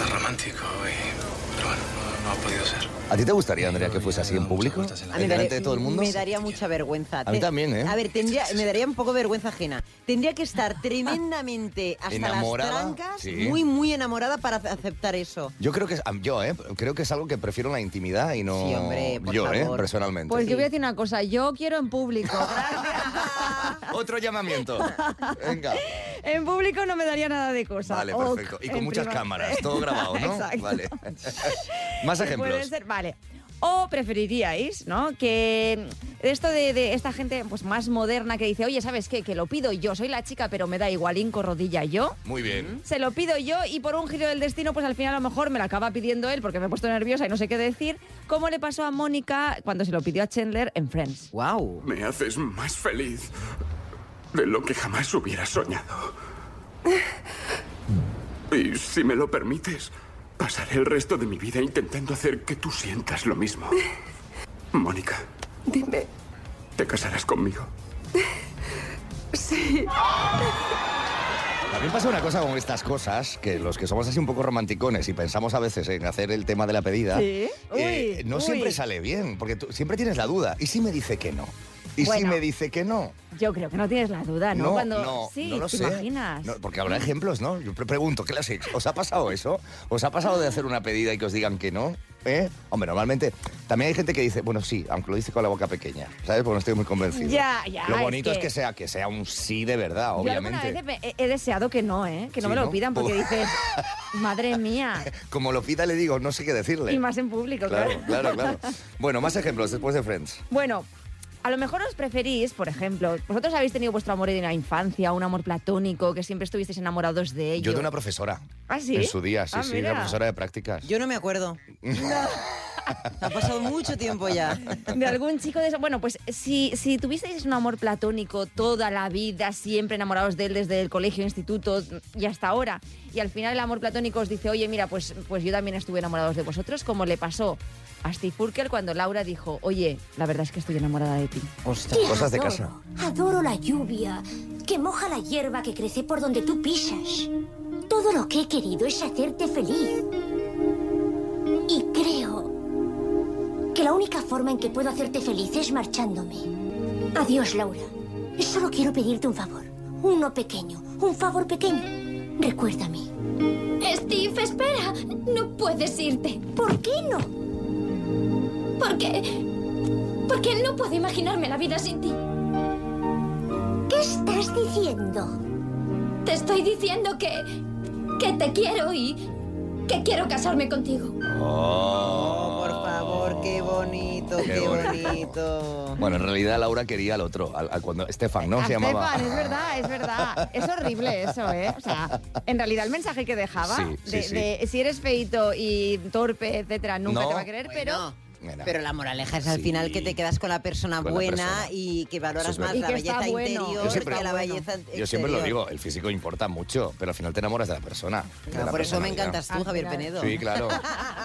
S11: más romántico y. Pero bueno, no, no ha podido ser.
S2: ¿A ti te gustaría, Andrea, que fuese así en público?
S3: A mí me
S2: ¿Delante
S3: daría-
S2: de todo el mundo?
S3: Me daría mucha vergüenza.
S2: A mí
S3: Te-
S2: también, ¿eh?
S3: A ver, tendría, me daría un poco vergüenza ajena. Tendría que estar tremendamente hasta
S2: Enamorada,
S3: las trancas,
S2: sí.
S3: muy, muy enamorada para ace- aceptar eso.
S2: Yo creo que es, am- yo, eh, creo que es algo que prefiero la intimidad y no
S3: Sí, hombre, por
S2: yo, eh,
S3: favor.
S2: personalmente.
S9: Pues yo voy a decir una cosa, yo quiero en público.
S2: Otro llamamiento. Venga.
S9: en público no me daría nada de cosa.
S2: Vale,
S9: Ok,
S2: perfecto. Y con
S9: en
S2: muchas
S9: privado.
S2: cámaras, todo grabado, ¿no?
S9: Exacto.
S2: Vale. Más
S9: Que
S2: ejemplos.
S9: pueden ser- vale. O preferiríais, ¿no? Que esto de, de esta gente pues más moderna que dice, oye, ¿sabes qué? Que lo pido yo, soy la chica, pero me da igual, inco rodilla yo.
S2: Muy bien.
S9: Se lo pido yo y por un giro del destino, pues al final a lo mejor me lo acaba pidiendo él porque me he puesto nerviosa y no sé qué decir. ¿Cómo le pasó a Mónica cuando se lo pidió a Chandler en Friends?
S3: ¡Wow!
S1: Me haces más feliz de lo que jamás hubiera soñado. Y si me lo permites, pasaré el resto de mi vida intentando hacer que tú sientas lo mismo. Mónica,
S12: Dime.
S1: te casarás conmigo.
S12: Sí.
S2: También pasa una cosa con estas cosas, que los que somos así un poco romanticones y pensamos a veces en hacer el tema de la pedida,
S9: Sí.
S2: eh,
S9: Uy,
S2: no
S9: uy.
S2: siempre sale bien, porque tú siempre tienes la duda. ¿Y si me dice que no? ¿Y si
S9: Bueno.
S2: me dice que no?
S9: Yo creo que no tienes la duda, Ah, ¿no?
S2: No,
S9: cuando
S2: no,
S9: sí,
S2: no lo
S9: ¿te
S2: sé.
S9: imaginas?
S2: No, porque habrá ejemplos, ¿no? Yo pre- pregunto, Classics, ¿os ha pasado eso? ¿Os ha pasado de hacer una pedida y que os digan que no? ¿Eh? Hombre, normalmente también hay gente que dice, bueno, sí, aunque lo dice con la boca pequeña, ¿sabes? Porque no estoy muy convencido.
S9: Ya, ya,
S2: Lo
S9: es
S2: bonito es que,
S9: que-
S2: sea que sea un sí de verdad,
S9: Yo
S2: obviamente.
S9: alguna vez he, he deseado que no, ¿eh? Que no
S2: Sí,
S9: me lo
S2: ¿no?
S9: pidan porque
S2: Pobre.
S9: dices, madre mía.
S2: Como lo pida, le digo, no sé qué decirle.
S9: Y más en público, claro.
S2: Claro, claro, claro. Bueno, más ejemplos después de Friends.
S9: Bueno, a lo mejor os preferís, por ejemplo, vosotros habéis tenido vuestro amor de la infancia, un amor platónico, que siempre estuvisteis enamorados de ello.
S2: Yo de una profesora.
S9: ¿Ah, sí?
S2: En su día, sí,
S9: Ah,
S2: sí,
S9: mira.
S2: una profesora de prácticas.
S3: Yo no me acuerdo. Ha pasado mucho tiempo ya.
S9: De algún chico de eso. Bueno, pues si, si tuvisteis un amor platónico toda la vida, siempre enamorados de él desde el colegio, instituto y hasta ahora, y al final el amor platónico os dice, oye, mira, pues, pues yo también estuve enamorado de vosotros, como le pasó a Steve Urkel cuando Laura dijo, oye, la verdad es que estoy enamorada de ti.
S2: Cosas de
S12: adoro.
S2: casa.
S12: Adoro la lluvia, que moja la hierba que crece por donde tú pisas. Todo lo que he querido es hacerte feliz. Y creo que la única forma en que puedo hacerte feliz es marchándome. Adiós, Laura. Solo quiero pedirte un favor. Uno pequeño, un favor pequeño. Recuérdame.
S13: Steve, espera. No puedes irte.
S12: ¿Por qué no?
S13: Porque... Porque no puedo imaginarme la vida sin ti.
S12: ¿Qué estás diciendo?
S13: Te estoy diciendo que... Que te quiero y... Que quiero casarme contigo.
S3: Oh, por favor, qué bonito,
S2: Qué
S3: qué
S2: bonito.
S3: bonito.
S2: Bueno, en realidad Laura quería al otro, al, al cuando Estefan, ¿no?
S9: A
S2: Se llamaba.
S9: Stefan, es verdad, es verdad. Es horrible eso, ¿eh? O sea, en realidad el mensaje que dejaba
S2: Sí, sí,
S9: de,
S2: sí.
S9: de si eres feito y torpe, etcétera, nunca
S2: No.
S9: te va a querer, pero...
S3: Bueno.
S2: Mira.
S3: Pero la moraleja es al
S2: Sí.
S3: final que te quedas con la persona
S2: Con la
S3: buena
S2: persona.
S3: y que valoras
S2: Eso es
S3: más
S2: verdad.
S3: la
S2: Y que está
S3: belleza
S2: bueno.
S3: interior
S2: Yo siempre-
S3: que la
S2: Está bueno.
S3: belleza
S2: Yo siempre lo
S3: exterior.
S2: digo, el físico importa mucho, pero al final te enamoras de la persona. de
S3: Claro,
S2: la
S3: por eso me
S2: personalidad.
S3: encantas tú,
S2: Ah,
S3: Javier Penedo.
S2: Sí, claro.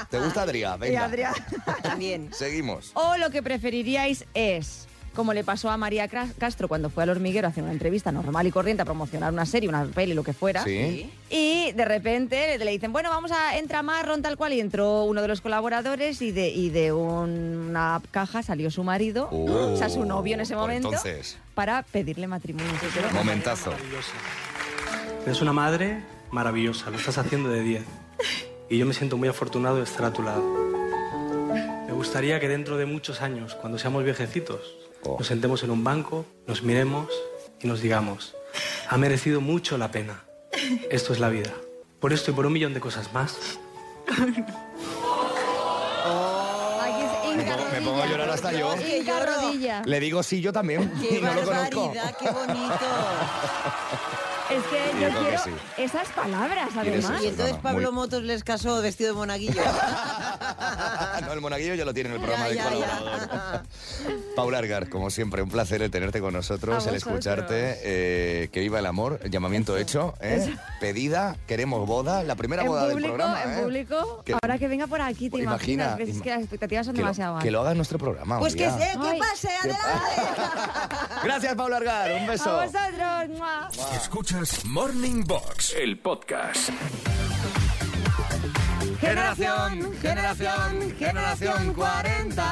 S2: ¿Te gusta Adrián? Venga.
S3: También.
S2: Seguimos.
S9: O lo que preferiríais es, como le pasó a María Cras- Castro cuando fue al hormiguero a hacer una entrevista normal y corriente a promocionar una serie, una peli, lo que fuera.
S2: Sí.
S9: Y de repente le dicen, bueno, vamos a entrar Marron tal cual. Y entró uno de los colaboradores y de, y de una caja salió su marido, o sea, su novio en ese
S2: Oh, Uh. por
S9: momento,
S2: entonces.
S9: para pedirle matrimonio.
S2: Momentazo.
S14: Eres una madre maravillosa, lo estás haciendo de 10. Y yo me siento muy afortunado de estar a tu lado. Me gustaría que dentro de muchos años, cuando seamos viejecitos, nos sentemos en un banco, nos miremos y nos digamos, ha merecido mucho la pena. Esto es la vida. Por esto y por un millón de cosas más.
S9: Me
S2: pongo, me pongo a llorar hasta yo.
S9: Inca rodilla.
S2: Le digo sí, yo también.
S9: Qué
S2: y no lo conozco.
S9: barbaridad, qué bonito. Es que
S2: Yo
S9: yo,
S2: creo que
S9: quiero
S2: sí.
S9: esas palabras, además.
S3: Y entonces Pablo Motos les casó vestido de monaguillo.
S2: Ah, no, el monaguillo ya lo tiene en el programa de colaborador. Paula Argar, como siempre, un placer el tenerte con nosotros,
S15: A
S2: el
S15: vosotros.
S2: escucharte. eh, que viva el amor, llamamiento hecho, ¿eh?
S9: Eso.
S2: pedida, queremos boda, la primera
S9: en
S2: boda
S9: público,
S2: del programa.
S9: en
S2: ¿eh?
S9: público,
S2: Que-
S9: ahora que venga por aquí, te
S2: Imagina,
S9: imaginas, ves
S2: ima-
S9: que las expectativas son
S2: que,
S9: demasiado
S2: lo,
S9: altas.
S2: que lo haga en nuestro programa.
S9: Pues
S2: María.
S9: que sé, que pase,
S2: Gracias, Paula Argar, un beso.
S9: A vosotros, mua.
S15: Escuchas Morning Box, el podcast.
S2: Generación, generación, generación 40.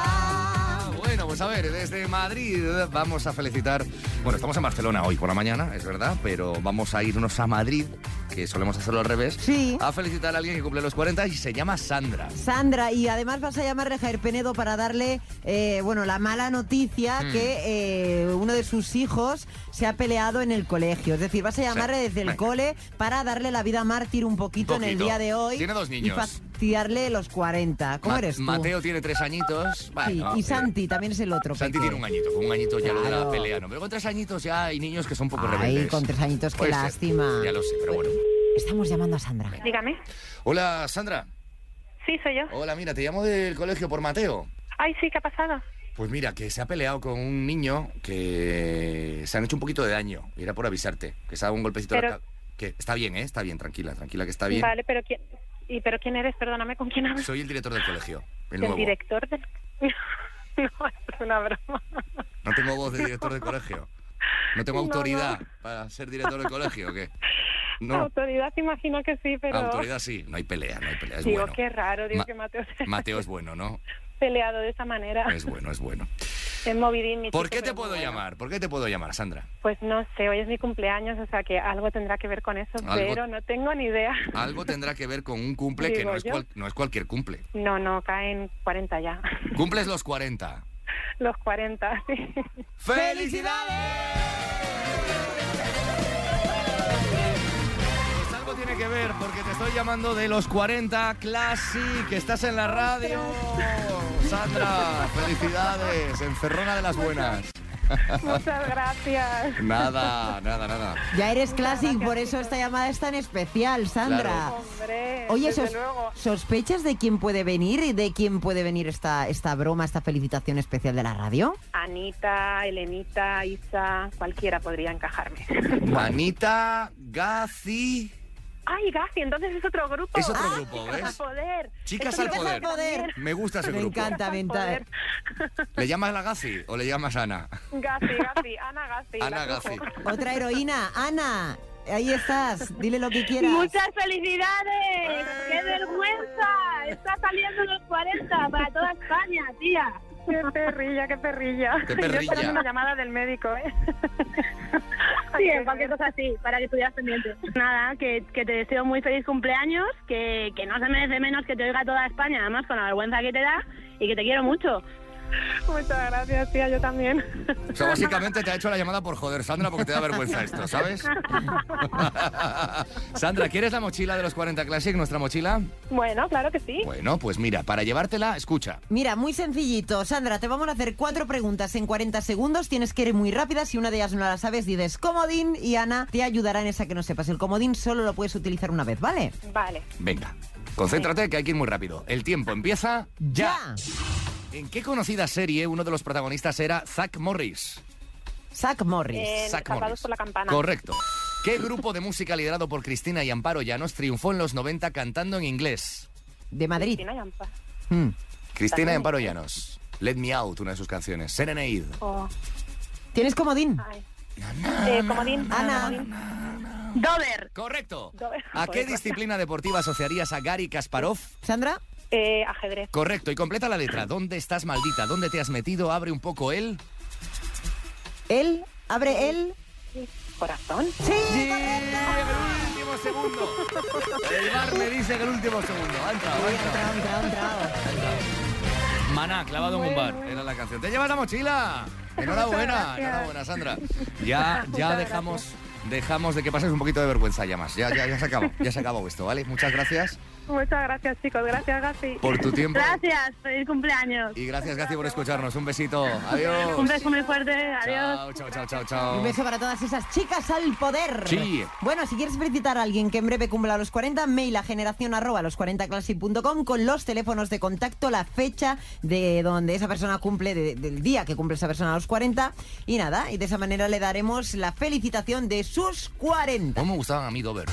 S2: Bueno, pues a ver, desde Madrid vamos a felicitar. Bueno, estamos en Barcelona hoy por la mañana, es verdad, pero vamos a irnos a Madrid, que solemos hacerlo al revés. Sí. A felicitar a alguien que cumple los 40 y se llama Sandra.
S3: Sandra, y además vas a llamar a Jair Penedo para darle, eh, bueno, la mala noticia
S2: Mm.
S3: que eh, uno de sus hijos se ha peleado en el colegio. Es decir, vas a llamarle
S2: Sí,
S3: desde el
S2: venga.
S3: cole para darle la vida mártir un poquito, en el
S2: Poquito.
S3: día de hoy.
S2: Tiene dos niños.
S3: Y fastidiarle los 40. ¿Cómo
S2: Ma-
S3: eres tú?
S2: Mateo tiene tres añitos.
S3: Sí,
S2: Bueno,
S3: y
S2: eh,
S3: Santi también es el otro.
S2: Santi
S3: peque.
S2: tiene un añito, con un añito ya lo de la
S3: Claro.
S2: pelea, ¿no? Pero con tres añitos ya hay niños que son un poco
S3: Ay,
S2: rebeldes.
S3: con tres añitos, qué
S2: Puede ser,
S3: lástima.
S2: Ya lo sé, pero bueno.
S3: Estamos llamando a Sandra.
S16: Dígame.
S2: Hola, Sandra.
S16: Sí, soy yo.
S2: Hola, mira, te llamo del colegio por Mateo.
S16: Ay, sí, ¿qué ha pasado?
S2: Pues mira, que se ha peleado con un niño que se han hecho un poquito de daño. Y Era por avisarte, que se ha dado un golpecito. en la
S16: Pero-
S2: ca- Que está bien, ¿eh? Está bien, tranquila, tranquila, que está bien.
S16: Vale, pero ¿quién, y, pero ¿quién eres? Perdóname, ¿con quién hablas?
S2: Soy el director del colegio, el
S16: El,
S2: nuevo.
S16: director del... no, es una broma.
S2: No tengo voz de director del colegio. No tengo
S16: No, no.
S2: autoridad para ser director del colegio, ¿o qué? No,
S16: Autoridad imagino que sí, pero...
S2: autoridad sí. No hay pelea, no hay pelea, es
S16: digo,
S2: bueno.
S16: qué raro, digo
S2: Ma-
S16: que Mateo se
S2: Mateo es bueno, ¿no?
S16: ha peleado de esa manera.
S2: Es bueno, es bueno.
S16: Es movidín, mi
S2: ¿Por
S16: chico,
S2: qué te
S16: pero
S2: puedo
S16: bueno.
S2: llamar? ¿Por qué te puedo llamar, Sandra?
S16: Pues no sé, hoy es mi cumpleaños, o sea que algo tendrá que ver con eso,
S2: Algo-
S16: pero no tengo ni idea.
S2: Algo tendrá que ver con un cumple que
S16: Digo
S2: no es,
S16: yo.
S2: cual- no es cualquier cumple.
S16: No, no, caen 40 ya.
S2: Cumples los 40.
S16: Los 40, sí.
S2: ¡Felicidades! Pues algo tiene que ver, porque te estoy llamando de los 40 Classic. Estás en la radio. Sandra, felicidades. Encerrona de las buenas.
S16: Muchas gracias.
S2: Nada, nada, nada.
S3: Ya eres Classic, por eso esta llamada es tan especial, Sandra.
S16: Hombre,
S3: Oye,
S16: desde
S3: sos-
S16: luego.
S3: ¿sospechas de quién puede venir y de quién puede venir esta, esta broma, esta felicitación especial de la radio?
S16: Anita, Elenita, Isa, cualquiera podría encajarme.
S2: Anita, Gazi.
S16: Ay, Gafi, Ah, entonces es otro grupo.
S2: Es otro
S16: Ah,
S2: grupo,
S16: Chicas
S2: ¿ves?
S16: al poder.
S2: Chicas
S16: Esto
S2: al
S16: me deja
S2: poder.
S16: también.
S2: Me gusta ese
S3: Me
S2: grupo.
S3: encanta, me encanta.
S2: ¿Le llamas la Gazi o le llamas Ana?
S16: Gafi, Gafi, Ana Gafi. la
S2: Ana
S16: grupo.
S2: Gazi.
S3: Otra heroína, Ana. Ahí estás, dile lo que quieras.
S17: Muchas felicidades.
S2: Ah.
S17: ¡Qué vergüenza! Está saliendo los 40 para toda España, tía.
S16: Qué perrilla, qué perrilla.
S17: Qué
S16: Yo
S17: perrilla.
S16: esperando una llamada del médico, ¿eh?
S17: Sí, en cualquier cosa así, para que estuvieras pendiente. Nada, que, que te deseo muy feliz cumpleaños, que, que no se merece menos que te oiga toda España, además con la vergüenza que te da, y que te quiero mucho.
S16: Muchas gracias, tía, yo también.
S2: O sea, básicamente te ha hecho la llamada por joder, Sandra, porque te da vergüenza esto, ¿sabes? Sandra, ¿quieres la mochila de los 40 Classic, nuestra mochila?
S16: Bueno, claro que sí.
S2: Bueno, pues mira, para llevártela, escucha.
S3: Mira, muy sencillito. Sandra, te vamos a hacer cuatro preguntas en 40 segundos. Tienes que ir muy rápida. Si una de ellas no la sabes, dices comodín y Ana te ayudará en esa que no sepas. El comodín solo lo puedes utilizar una vez, ¿vale?
S16: Vale.
S2: Venga, concéntrate que hay que ir muy rápido. El tiempo empieza ya. ¿En qué conocida serie uno de los protagonistas era Zack Morris?
S3: Zack Morris.
S2: En Zack Morris. Tapados por la
S17: campana.
S2: Correcto. ¿Qué grupo de música liderado por Cristina y Amparo Llanos triunfó en los 90 cantando en inglés?
S3: De Madrid.
S17: Cristina Llampa.
S2: Cristina y Amparo Llanos. Let Me Out, una de sus canciones. Serenade.
S17: Oh.
S3: ¿Tienes comodín?
S17: Eh, comodín.
S3: Ana.
S17: Dover.
S2: Correcto. ¿A
S17: ¿A
S2: qué disciplina deportiva asociarías a Gary Kasparov?
S3: Sandra.
S17: Eh, ajedrez.
S2: Correcto, y completa la letra. ¿Dónde estás maldita? ¿Dónde te has metido? Abre un poco el...
S3: Él, abre él.
S17: Corazón.
S3: Sí,
S2: último segundo. El bar me dice que el último segundo. Ha entrado, ha entrado. Maná, clavado en un bar. Era la canción. ¡Te llevas la mochila! Enhorabuena,
S17: Muchas gracias.
S2: enhorabuena, Sandra. Ya, ya
S17: Muchas
S2: dejamos, dejamos de que pases un poquito de vergüenza ya más. Ya, ya, ya se acabó, ya se acabó esto, ¿vale? Muchas gracias
S17: Muchas gracias, chicos. Gracias, Gassi.
S2: Por tu tiempo.
S17: Gracias. Feliz cumpleaños.
S2: y gracias, Gaci, por escucharnos. Un besito. Adiós.
S17: Un beso muy fuerte. Adiós.
S2: Chao, chao, chao, chao, chao.
S3: Un beso para todas esas chicas al poder.
S2: Sí.
S3: Bueno, si quieres felicitar a alguien que en breve cumpla los 40, mail a generación arroba los 40 classic.com con los teléfonos de contacto, la fecha de donde esa persona cumple, de- del día que cumple esa persona a los 40. Y nada, y de esa manera le daremos la felicitación de sus
S2: ¿Cómo
S3: 40.
S2: Pues me gustaban a mí Dover?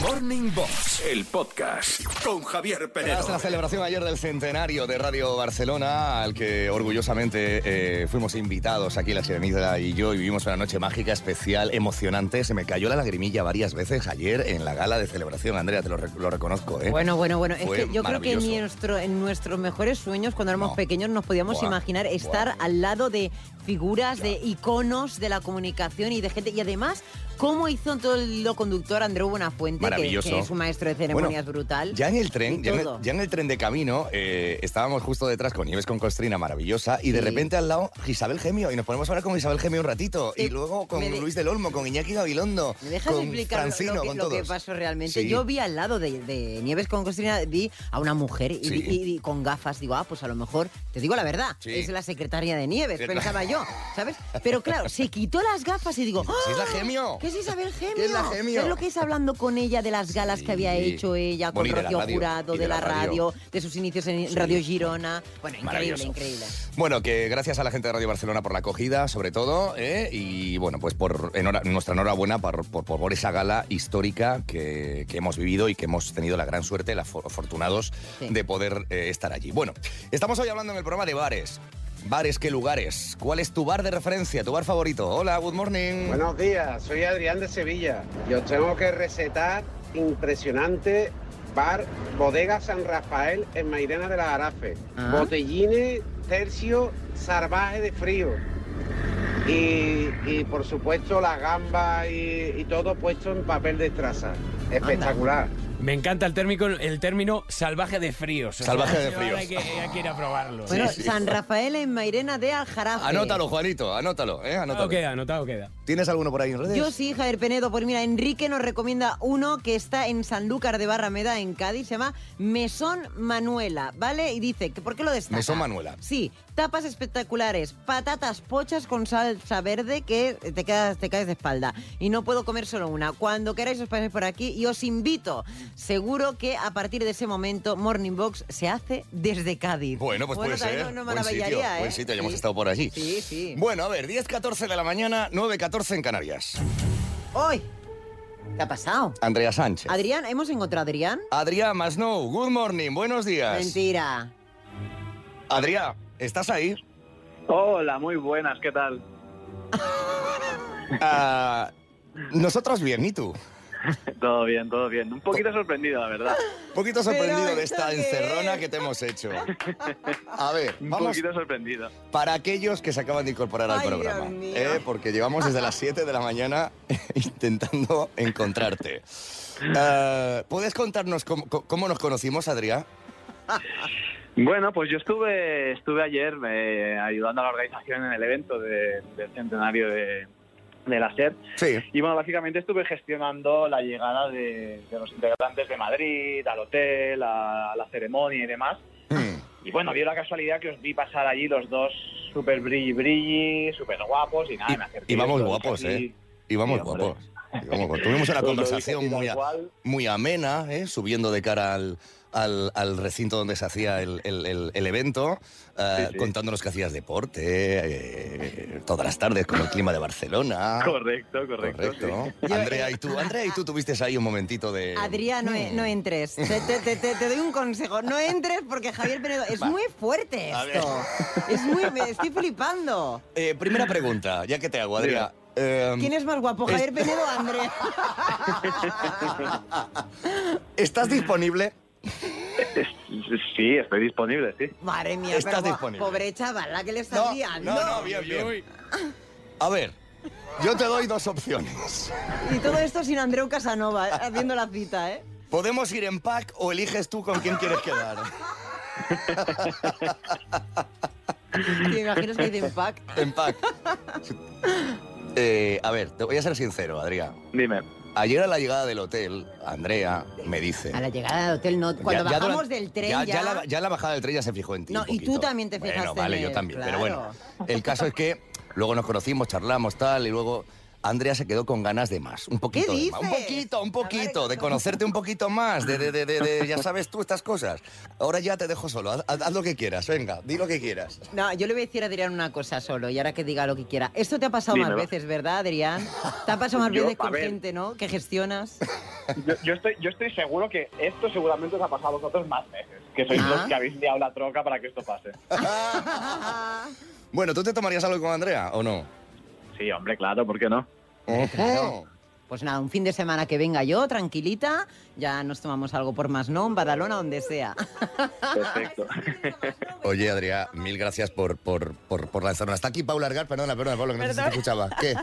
S15: Morning Box, el podcast con Javier Penedo.
S2: Tras la celebración ayer del centenario de Radio Barcelona, al que orgullosamente eh, fuimos invitados aquí la Sirenita y yo, y vivimos una noche mágica, especial, emocionante. Se me cayó la lagrimilla varias veces ayer en la gala de celebración, Andrea, te lo, rec- lo reconozco. ¿eh?
S3: Bueno, bueno, bueno. Es
S2: Fue
S3: que yo creo que
S2: maravilloso.
S3: ni nuestro, en nuestros mejores sueños, cuando éramos pequeños, nos podíamos
S2: Buah,
S3: imaginar estar al lado de figuras, de iconos de la comunicación y de gente. Y además, cómo hizo todo el hilo conductor Andreu Buenafuente, que- que,
S2: Maravilloso.
S3: es un maestro de ceremonias
S2: Bueno,
S3: brutal.
S2: Ya en el tren,
S3: Y
S2: ya en el,
S3: todo.
S2: ya en el tren de camino, eh, estábamos justo detrás con Nieves con Costrina, maravillosa, y de
S3: Sí.
S2: repente al lado Isabel Gemio, y nos ponemos a hablar con Isabel Gemio un ratito,
S3: Sí,
S2: y luego con
S3: me de-
S2: Luis del Olmo, con Iñaki Gabilondo,
S3: ¿Me dejas
S2: con
S3: explicar lo-
S2: Francino,
S3: lo, que,
S2: con
S3: lo
S2: todos.
S3: que pasó realmente?
S2: Sí.
S3: Yo vi al lado de, de Nieves con Cristina, vi a una mujer y,
S2: Sí.
S3: vi- y vi con gafas. Digo, ah, pues a lo mejor, te digo la verdad,
S2: Sí.
S3: es la secretaria de Nieves,
S2: Sí,
S3: pensaba yo, ¿sabes? Pero claro, se quitó las gafas y digo,
S2: ¿Sí es la
S3: ¡ah!
S2: Gemio?
S3: ¿Qué es Isabel Gemio?
S2: ¿Qué es la Gemio?
S3: ¿Sabes lo que es hablando con ella de las galas que había hecho ella, con
S2: Bueno, y de la
S3: Rocío
S2: radio,
S3: Jurado,
S2: y
S3: de, la radio, de sus inicios en
S2: Sí.
S3: Radio Girona? Bueno, increíble,
S2: Maravilloso.
S3: increíble.
S2: Bueno, que gracias a la gente de Radio Barcelona por la acogida, sobre todo, ¿eh? y bueno, pues por enhora- nuestra enhorabuena por, por, por esa gala histórica que, que hemos vivido y que hemos tenido la gran suerte, la fo- afortunados
S3: Sí.
S2: de poder eh, estar allí. Bueno, estamos hoy hablando en el programa de bares. Bares, qué lugares. ¿Cuál es tu bar de referencia, tu bar favorito? Hola, good morning.
S18: Buenos días, soy Adrián de Sevilla. Yo os tengo que recetar impresionante bar Bodega San Rafael en Mairena de la Arafe.
S19: Ah.
S18: Botellines, tercio, salvaje de frío. Y, y, por supuesto la gamba y, y todo puesto en papel de traza. Espectacular.
S4: Me encanta el término, el término salvaje de fríos. O sea,
S2: Salvaje de
S4: ahora
S2: fríos.
S4: Hay que, hay que ir a probarlo.
S3: Ah,
S4: ¿eh?
S3: Bueno, San Rafael en Mairena de Aljarafe.
S2: Anótalo, Juanito, anótalo, ¿eh? Anótalo.
S4: queda, anotado queda.
S2: ¿Tienes alguno por ahí en redes?
S3: Yo sí, Javier Penedo. Pues mira, Enrique nos recomienda uno que está en Sanlúcar de Barrameda, en Cádiz. Se llama Mesón Manuela, ¿vale? Y dice, que ¿por qué lo destaca?
S2: Mesón Manuela.
S3: Sí, tapas espectaculares, patatas pochas con salsa verde que te, quedas, te caes de espalda. Y no puedo comer solo una. Cuando queráis os paséis por aquí y os invito. Seguro que a partir de ese momento Morning Box se hace desde Cádiz.
S2: Bueno, pues puede
S3: también
S2: ser.
S3: No, no
S2: buen sitio,
S3: maravillaría, ¿eh?
S2: buen sitio, ya hemos
S3: Sí.
S2: estado por allí.
S3: Sí, sí.
S2: Bueno, a ver, 10.14 de la mañana, 9.14 en Canarias.
S3: ¡Hoy! ¿Qué ha pasado?
S2: Andrea Sánchez.
S3: Adrián, ¿hemos encontrado a Adrián?
S2: Adrián Masnou, good morning, buenos días.
S3: Mentira.
S2: Adrián, ¿estás ahí?
S19: Hola, muy buenas, ¿qué tal?
S2: Ah, nosotros bien, ¿y tú?
S19: Todo bien, todo bien. Un poquito sorprendido, la verdad.
S2: Un poquito sorprendido de esta encerrona que te hemos hecho. A ver,
S19: Un
S2: vamos
S19: poquito sorprendido.
S2: para aquellos que se acaban de incorporar al
S19: Ay, Dios
S2: programa,
S19: mío.
S2: ¿eh? porque llevamos desde las 7 de la mañana intentando encontrarte. Eh, Ah, ¿Puedes contarnos cómo, cómo nos conocimos, Adrián?
S19: Bueno, pues yo estuve, estuve ayer eh, ayudando a la organización en el evento de- del centenario de, de la SER. Y bueno, básicamente estuve gestionando la llegada de, de los integrantes de Madrid, al hotel, a, a la ceremonia y demás.
S2: Mm.
S19: Y bueno, dio la casualidad que os vi pasar allí los dos súper brilli brilli, súper guapos y nada, me acerqué.
S2: Y vamos
S19: los dos
S2: guapos,
S19: así.
S2: ¿eh? Y vamos
S19: Sí, hombre.
S2: guapos. Y vamos guapos. Tuvimos una
S19: Os lo dije
S2: conversación
S19: así, tal
S2: muy, a-
S19: cual.
S2: muy amena, ¿eh? subiendo de cara al, al, al recinto donde se hacía el, el- el- el evento, eh, contándonos que hacías deporte eh, todas las tardes con el clima de Barcelona.
S19: Correcto, correcto.
S2: Correcto. Andrea y tú, Andrea y tú tuviste ahí un momentito de.
S3: eh, Adrián, no, e- no entres. Te, te- te- te- te doy un consejo. No entres porque Javier Penedo es muy fuerte
S2: A ver.
S3: esto. Es muy, me estoy flipando.
S2: Eh, primera pregunta, ya que te hago, Adrián. Eh,
S3: ¿Quién es más guapo, Javier Penedo o Andrea?
S2: ¿Estás disponible?
S19: Sí, estoy disponible, sí.
S3: Madre mía,
S2: Estás
S3: pero,
S2: disponible.
S3: pobre chaval, la que le está liando.
S2: no, no, bien, bien. A ver, yo te doy dos opciones.
S3: Y todo esto sin Andreu Casanova, eh, haciendo la cita, ¿eh?
S2: ¿Podemos ir en pack o eliges tú con quién quieres quedar?
S3: Te imaginas que dicen pack.
S2: En pack. Eh, a ver, te voy a ser sincero, Adrián.
S19: Dime.
S2: Ayer a la llegada del hotel, Andrea me dice...
S3: A la llegada del hotel, no. Cuando
S2: Ya- ya
S3: bajamos
S2: durante-
S3: del tren,
S2: Ya,
S3: ya.
S2: ya la, ya la bajada del tren ya se fijó en ti.
S3: No,
S2: un
S3: y
S2: poquito.
S3: tú también te
S2: Bueno,
S3: fijaste en
S2: vale, yo
S3: él,
S2: también. Pero
S3: claro.
S2: bueno, el caso es que luego nos conocimos, charlamos, tal, y luego Andrea se quedó con ganas de más. Un
S3: ¿Qué
S2: poquito de
S3: dices?
S2: más. Un poquito, un poquito, de conocerte un poquito más, de, de- de- de- de- ya sabes tú estas cosas. Ahora ya te dejo solo, haz, haz- haz lo que quieras, venga, di lo que quieras.
S3: No, yo le voy a decir a Adrián una cosa solo, y ahora que diga lo que quiera. Esto te ha pasado
S19: Dímelo.
S3: más veces, ¿verdad, Adrián? Te ha pasado más
S19: Yo,
S3: veces
S19: a
S3: con
S19: ver.
S3: gente, ¿no? Que gestionas.
S19: Yo, yo estoy, yo estoy seguro que esto seguramente os ha pasado a vosotros más veces, que sois los Pues que habéis liado la troca para que esto pase.
S3: Ah.
S2: Bueno, ¿tú te tomarías algo con Andrea o no?
S19: Sí, hombre, claro, ¿por qué no?
S3: Claro. Pues nada, un fin de semana que venga yo, tranquilita, ya nos tomamos algo por más, ¿no? En Badalona, donde sea.
S19: Perfecto.
S2: Oye, Adrián, mil gracias por, por, por, por lanzarnos. Hasta aquí Paula Argar, perdona, perdona, Paula, que no sé si te
S9: Perdón.
S2: escuchaba. ¿Qué?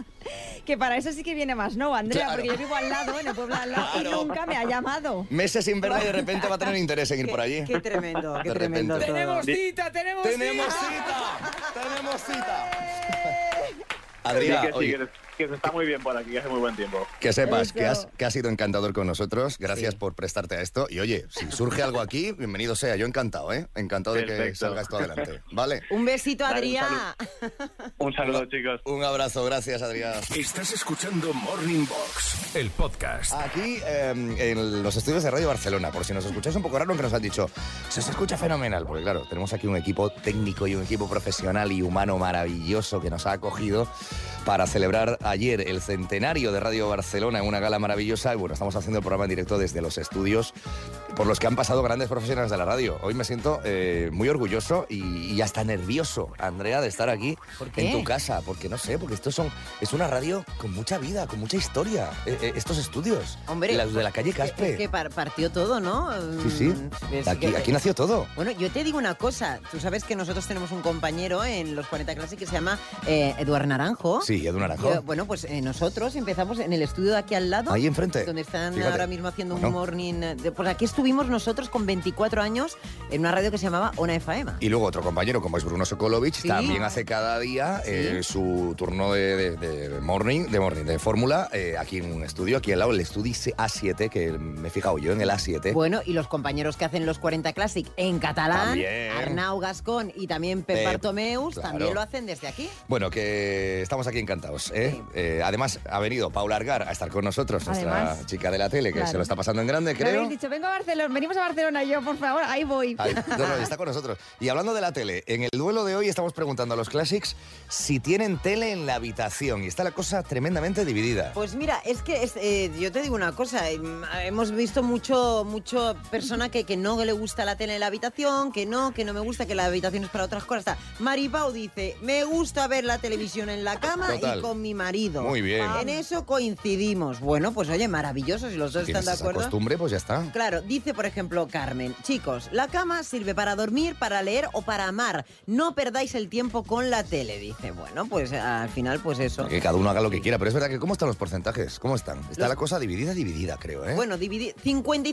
S9: Que para eso sí que viene más, ¿no, Andrea?
S2: Claro.
S9: Porque yo vivo al lado, en el pueblo al lado, y nunca me ha llamado.
S2: Meses sin verla y de repente va a tener interés en ir por allí.
S3: Qué tremendo,
S2: qué tremendo.
S4: Tenemos cita, tenemos,
S2: Tenemos
S4: cita.
S2: Tenemos cita.
S19: Sí,
S2: Adrián,
S19: que sí,
S2: oye,
S19: que, que se está muy bien por aquí, que hace muy buen tiempo.
S2: que sepas que has, que has sido encantador con nosotros. Gracias por prestarte a esto. Y oye, si surge algo aquí, bienvenido sea. Yo encantado, ¿eh? Encantado de que
S19: Perfecto.
S2: salga esto adelante. ¿Vale?
S3: Un besito,
S2: Vale, un
S3: Adrián.
S19: Un saludo, chicos.
S2: Un abrazo, gracias, Adrián.
S15: Estás escuchando Morning Box, el podcast.
S2: Aquí eh, en los estudios de Radio Barcelona, por si nos escucháis un poco raro, que nos han dicho, se os escucha fenomenal, porque claro, tenemos aquí un equipo técnico y un equipo profesional y humano maravilloso que nos ha acogido para celebrar ayer el centenario de Radio Barcelona en una gala maravillosa. Y bueno, estamos haciendo el programa en directo desde los estudios por los que han pasado grandes profesionales de la radio. Hoy me siento eh, muy orgulloso y, y hasta nervioso, Andrea, de estar aquí
S3: qué?
S2: en tu casa, porque no sé, porque esto son, es una radio con mucha vida, con mucha historia, eh, eh, estos estudios.
S3: Hombre,
S2: Los de la calle Caspe.
S3: Es que par- partió todo, ¿no? Mm,
S2: Sí, sí.
S3: Es
S2: Aquí,
S3: que-
S2: aquí nació todo.
S3: Bueno, yo te digo una cosa. Tú sabes que nosotros tenemos un compañero en los 40 Classic que se llama eh, Eduard Naranjo.
S2: Sí, Edu Naranjo.
S3: Eh, bueno, pues eh, nosotros empezamos en el estudio de aquí al lado.
S2: Ahí enfrente.
S3: Donde están
S2: Fíjate.
S3: ahora mismo haciendo un
S2: Bueno.
S3: morning. eh, de- pues aquí estuvimos nosotros con 24 años en una radio que se llamaba Ona FM.
S2: Y luego otro compañero, como es Bruno Sokolovich,
S3: Sí.
S2: también hace cada día
S3: Sí.
S2: eh, su turno de, de- de morning, de morning, de fórmula, eh, aquí en un estudio, aquí al lado, el estudio A7, que me he fijado yo en el A7.
S3: Bueno, y los compañeros que hacen los 40 Classic en catalán,
S2: También.
S3: Arnau Gascón y también Pep
S2: Pep,
S3: Bartomeus,
S2: claro.
S3: también lo hacen desde aquí.
S2: Bueno, que estamos aquí encantados. ¿eh? Eh, además, ha venido Paula Argar a estar con nosotros, nuestra
S9: Además.
S2: chica de la tele, que
S9: Claro.
S2: se lo está pasando en grande,
S9: Me
S2: creo.
S9: habéis dicho, vengo a Barcelona, venimos a Barcelona yo, por favor, ahí voy.
S2: Ay, no, no, está con nosotros. Y hablando de la tele, en el duelo de hoy estamos preguntando a los Classics si tienen tele en la habitación. Y está la cosa tremendamente dividida.
S3: Pues mira, es que es, eh, yo te digo una cosa, em, hemos visto mucho, mucho persona que, que no le gusta la tele en la habitación, que no, que no me gusta, que la habitación es para otras cosas. Está. Mari Pau dice, me gusta ver la televisión en la cama
S2: Total.
S3: y con mi marido.
S2: Muy bien.
S3: En eso coincidimos. Bueno, pues oye, maravilloso, si los dos
S2: Si
S3: están
S2: tienes
S3: de
S2: esa
S3: acuerdo.
S2: costumbre, pues ya está.
S3: Claro, dice dice, por ejemplo, Carmen, chicos, la cama sirve para dormir, para leer o para amar. No perdáis el tiempo con la tele, dice. Bueno, pues al final, pues eso.
S2: Que cada uno haga lo que quiera, pero es verdad que ¿cómo están los porcentajes? ¿Cómo están? Está la cosa dividida, dividida, creo, ¿eh?
S3: Bueno, dividi-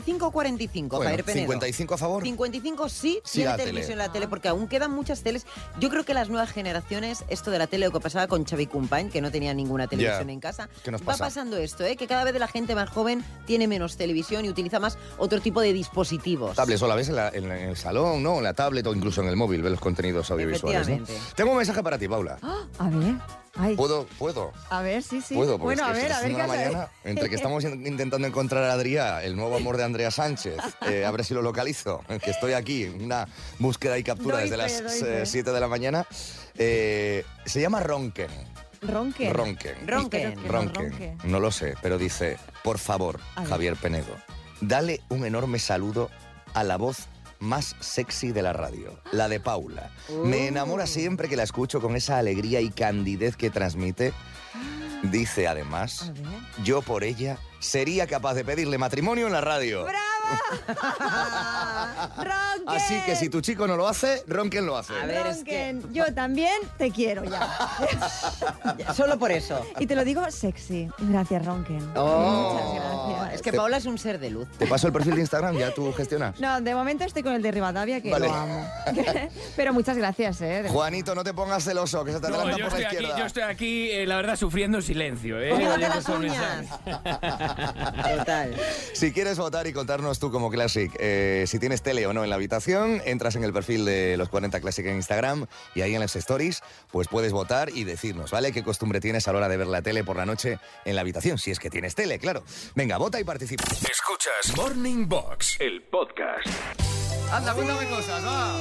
S3: 55-45,
S2: Bueno,
S3: Javier Penedo.
S2: 55 a favor.
S3: 55 sí,
S2: Sí
S3: sí
S2: a
S3: la
S2: la tele.
S3: televisión en la tele, porque aún quedan muchas teles. Yo creo que las nuevas generaciones, esto de la tele, lo que pasaba con Xavi Cumpañ, que no tenía ninguna televisión
S2: Ya.
S3: en casa,
S2: ¿Qué nos
S3: va
S2: pasa?
S3: pasando esto, ¿eh? que cada vez la gente más joven tiene menos televisión y utiliza más otro tipo de dispositivos.
S2: Tablets o la ves en, la- en el salón, ¿no? En la tablet o incluso en el móvil, ves los contenidos audiovisuales. ¿no?
S3: Efectivamente.
S2: Tengo un mensaje para ti, Paula.
S9: ¡Ah! A ver. Ay.
S2: ¿Puedo? ¿Puedo?
S9: A ver, sí, sí.
S2: Puedo, porque
S9: bueno,
S2: es que
S9: a ver,
S2: estas
S9: a ver
S2: cinco
S9: qué
S2: de la
S9: haces.
S2: mañana, entre que estamos in- intentando encontrar a Adrián, el nuevo amor de Andrea Sánchez, eh, a ver si lo localizo, que estoy aquí en una búsqueda y captura
S9: Doy
S2: desde
S9: fe, doy fe.
S2: las 7 de la mañana, eh, se llama Ronken.
S9: Ronquen.
S2: Ronken.
S9: Ronquen.
S2: Ronken. No lo sé, pero dice, por favor,
S9: A ver.
S2: Javier Penedo, dale un enorme saludo a la voz más sexy de la radio, la de Paula. Me enamora siempre que la escucho con esa alegría y candidez que transmite.
S9: Ah.
S2: Dice además, yo por ella sería capaz de pedirle matrimonio en la radio. Así que si tu chico no lo hace, Ronken lo hace.
S9: Ronquen, yo también te quiero ya.
S3: Solo por eso.
S9: Y te lo digo sexy. Gracias, Ronquen.
S2: Oh.
S9: Muchas gracias.
S3: Es que Paula es un ser de luz.
S2: Te paso el perfil de Instagram, ya tú gestionas.
S9: No, de momento estoy con el de Rivadavia, que
S2: Vale.
S9: lo amo. Pero muchas gracias, ¿eh? De-
S2: Juanito, no te pongas celoso, que se te
S20: No,
S2: adelanta
S20: yo,
S2: por la
S20: estoy aquí,
S2: izquierda.
S20: yo estoy aquí, eh, la verdad, sufriendo en silencio. ¿eh?
S2: Cómete
S20: Oyendo
S2: las
S20: esos
S2: uñas.
S20: mensajes.
S2: Si quieres votar y contarnos tú como Classic eh, si tienes tele o no en la habitación, entras en el perfil de los 40 Classic en Instagram y ahí en las stories, pues puedes votar y decirnos, ¿vale? ¿Qué costumbre tienes a la hora de ver la tele por la noche en la habitación? Si es que tienes tele, claro. Venga, vota y participa.
S15: Escuchas Morning Box, el podcast.
S2: Anda, cuéntame cosas, va.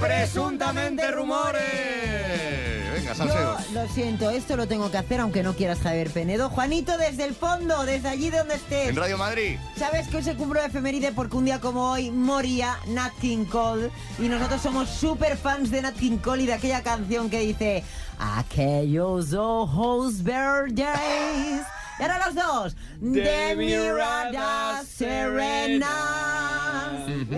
S2: Presuntamente rumores. Eh, Venga,
S3: Yo lo siento, esto lo tengo que hacer aunque no quieras Javier Penedo. Juanito, desde el fondo, desde allí donde estés.
S2: En Radio Madrid.
S3: Sabes que hoy se cumple una efeméride porque un día como hoy moría Nat King Cole y nosotros somos súper fans de Nat King Cole y de aquella canción que dice Aquellos ojos verdes. Y ahora los dos. De mirada serena.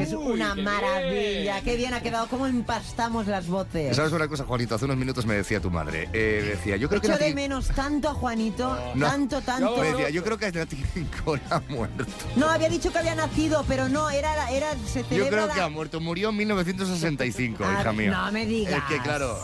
S3: Es una maravilla. Qué bien ha quedado. Cómo empastamos las voces.
S2: ¿Sabes una cosa, Juanito? Hace unos minutos me decía tu madre, eh, decía, yo creo que
S3: Echo
S2: Nati-
S3: de menos tanto a Juanito,
S2: No.
S3: tanto, tanto.
S2: Me decía, yo creo que Nati King Cole ha muerto.
S3: No, había dicho que había nacido, pero no, era, era se
S2: Yo
S3: celebra
S2: creo
S3: la-
S2: que ha muerto. Murió en 1965,
S3: Ah,
S2: hija mía.
S3: no me digas.
S2: Es que claro,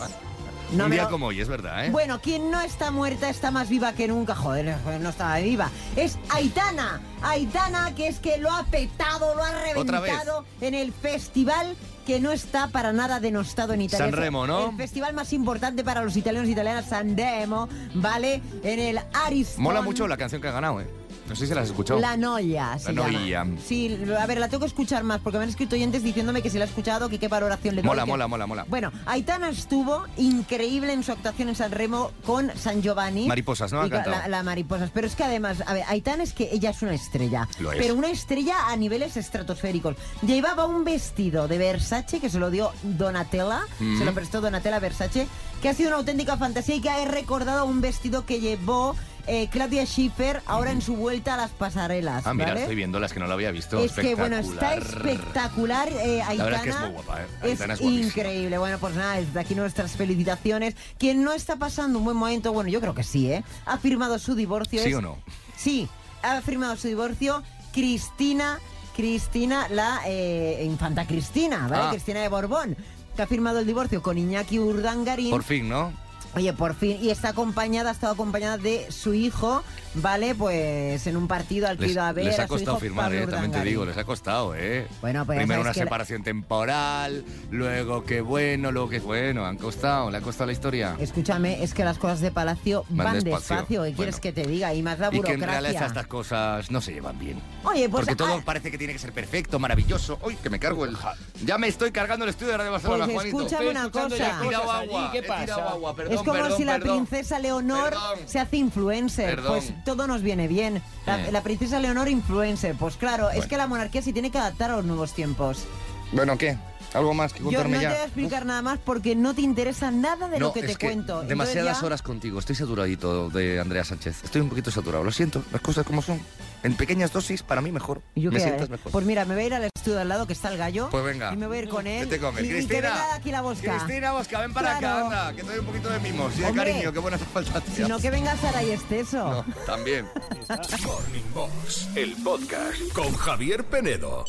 S3: No
S2: un
S3: me
S2: día
S3: lo-
S2: como hoy, es verdad, ¿eh?
S3: Bueno, quien no está muerta está más viva que nunca. Joder, joder, no estaba viva. Es Aitana. Aitana, que es que lo ha petado, lo ha
S2: Otra vez.
S3: reventado en el festival que no está para nada denostado en Italia.
S2: San Remo, ¿no?
S3: El festival más importante para los italianos y italianas, San Remo, ¿vale? En el Ariston.
S2: Mola mucho la canción que ha ganado, ¿eh? No sé si la has escuchado.
S3: La Noia, se
S2: La
S3: llama.
S2: Noia.
S3: Sí, a ver, la tengo que escuchar más porque me han escrito oyentes diciéndome que si la ha escuchado, que qué valoración le doy.
S2: Mola,
S3: que-
S2: mola, mola, mola.
S3: Bueno, Aitana estuvo increíble en su actuación en San Remo con San Giovanni.
S2: Mariposas, ¿no? Ha
S3: Y con-
S2: cantado.
S3: La, la mariposas. Pero es que además, a ver, Aitana es que ella es una estrella.
S2: Lo es.
S3: Pero una estrella a niveles estratosféricos. Llevaba un vestido de Versace que se lo dio Donatella,
S21: Mm.
S3: se lo prestó Donatella Versace, que ha sido una auténtica fantasía y que ha recordado un vestido que llevó eh, Claudia Schiffer ahora en su vuelta a las pasarelas.
S2: Ah, mira,
S3: ¿vale?
S2: estoy viendo las que no la había visto.
S3: Es que bueno, está
S2: Espectacular.
S3: espectacular eh, Aitana.
S2: La verdad es que es muy guapa, ¿eh?
S3: Es,
S2: Aitana es guapísima.
S3: increíble. Bueno, pues nada, desde aquí nuestras felicitaciones. Quien no está pasando un buen momento, bueno, yo creo que sí, ¿eh? Ha firmado su divorcio.
S2: ¿Sí
S3: es-
S2: o no?
S3: Sí, ha firmado su divorcio Cristina, Cristina, la eh, infanta Cristina, ¿vale?
S2: Ah.
S3: Cristina de Borbón, que ha firmado el divorcio con Iñaki Urdangarín.
S2: Por fin, ¿no?
S3: Oye, por fin, y está acompañada, ha estado acompañada de su hijo, ¿vale? Pues en un partido al que ha
S2: Les,
S3: ido a ver.
S2: les
S3: a
S2: ha
S3: su
S2: costado
S3: hijo
S2: firmar,
S3: Pablo
S2: ¿eh? También te
S3: Urdangarín.
S2: digo, les ha costado, ¿eh?
S3: Bueno, pues ya
S2: Primero
S3: sabes
S2: una
S3: que la-
S2: separación temporal, luego que bueno, luego que bueno. Han costado, le ha costado la historia.
S3: Escúchame, es que las cosas de palacio van,
S2: Van
S3: despacio.
S2: despacio.
S3: ¿Qué quieres
S2: Bueno.
S3: que te diga? Y más la
S2: Y que en
S3: burocracia.
S2: realidad estas cosas no se llevan bien.
S3: Oye, pues,
S2: Porque todo
S3: ah,
S2: parece que tiene que ser perfecto, maravilloso. Uy, que me cargo el... Ya me estoy cargando el estudio de Radio Barcelona,
S3: pues
S2: Juanito.
S3: escúchame una cosa.
S2: He tirado agua, he tirado agua, perdón,
S3: es como
S2: perdón,
S3: si la
S2: perdón.
S3: princesa Leonor se hace influencer.
S2: Perdón.
S3: Pues todo nos viene bien. La,
S2: Eh.
S3: la princesa Leonor influencer. Pues claro, es
S2: Bueno.
S3: que la monarquía se tiene que adaptar a los nuevos tiempos.
S2: Bueno, ¿qué? ¿Algo más que
S3: Yo
S2: contarme
S3: no te
S2: ya?
S3: voy a explicar nada más porque no te interesa nada de lo que te
S2: es que
S3: cuento. Entonces
S2: Demasiadas
S3: ya-
S2: horas contigo. Estoy saturadito de Andrea Sánchez. Estoy un poquito saturado. Lo siento. Las cosas como son. En pequeñas dosis, para mí mejor.
S3: ¿Y yo
S2: me
S3: qué haré?
S2: sientas mejor.
S3: Pues mira, me voy a ir al estudio de al lado que está el gallo.
S2: Pues venga.
S3: Y me voy a ir con él.
S2: Vete con él.
S3: Y, y que
S2: Cristina.
S3: venga aquí la bosca.
S2: Cristina Bosca, ven para
S3: Claro.
S2: acá, anda, que te doy un poquito de mimos y de
S3: Hombre,
S2: cariño, qué buena falta te
S3: Si no,
S2: hace.
S3: que venga Sara y Esteso.
S2: También.
S15: Morning Box, el podcast con Javier Penedo.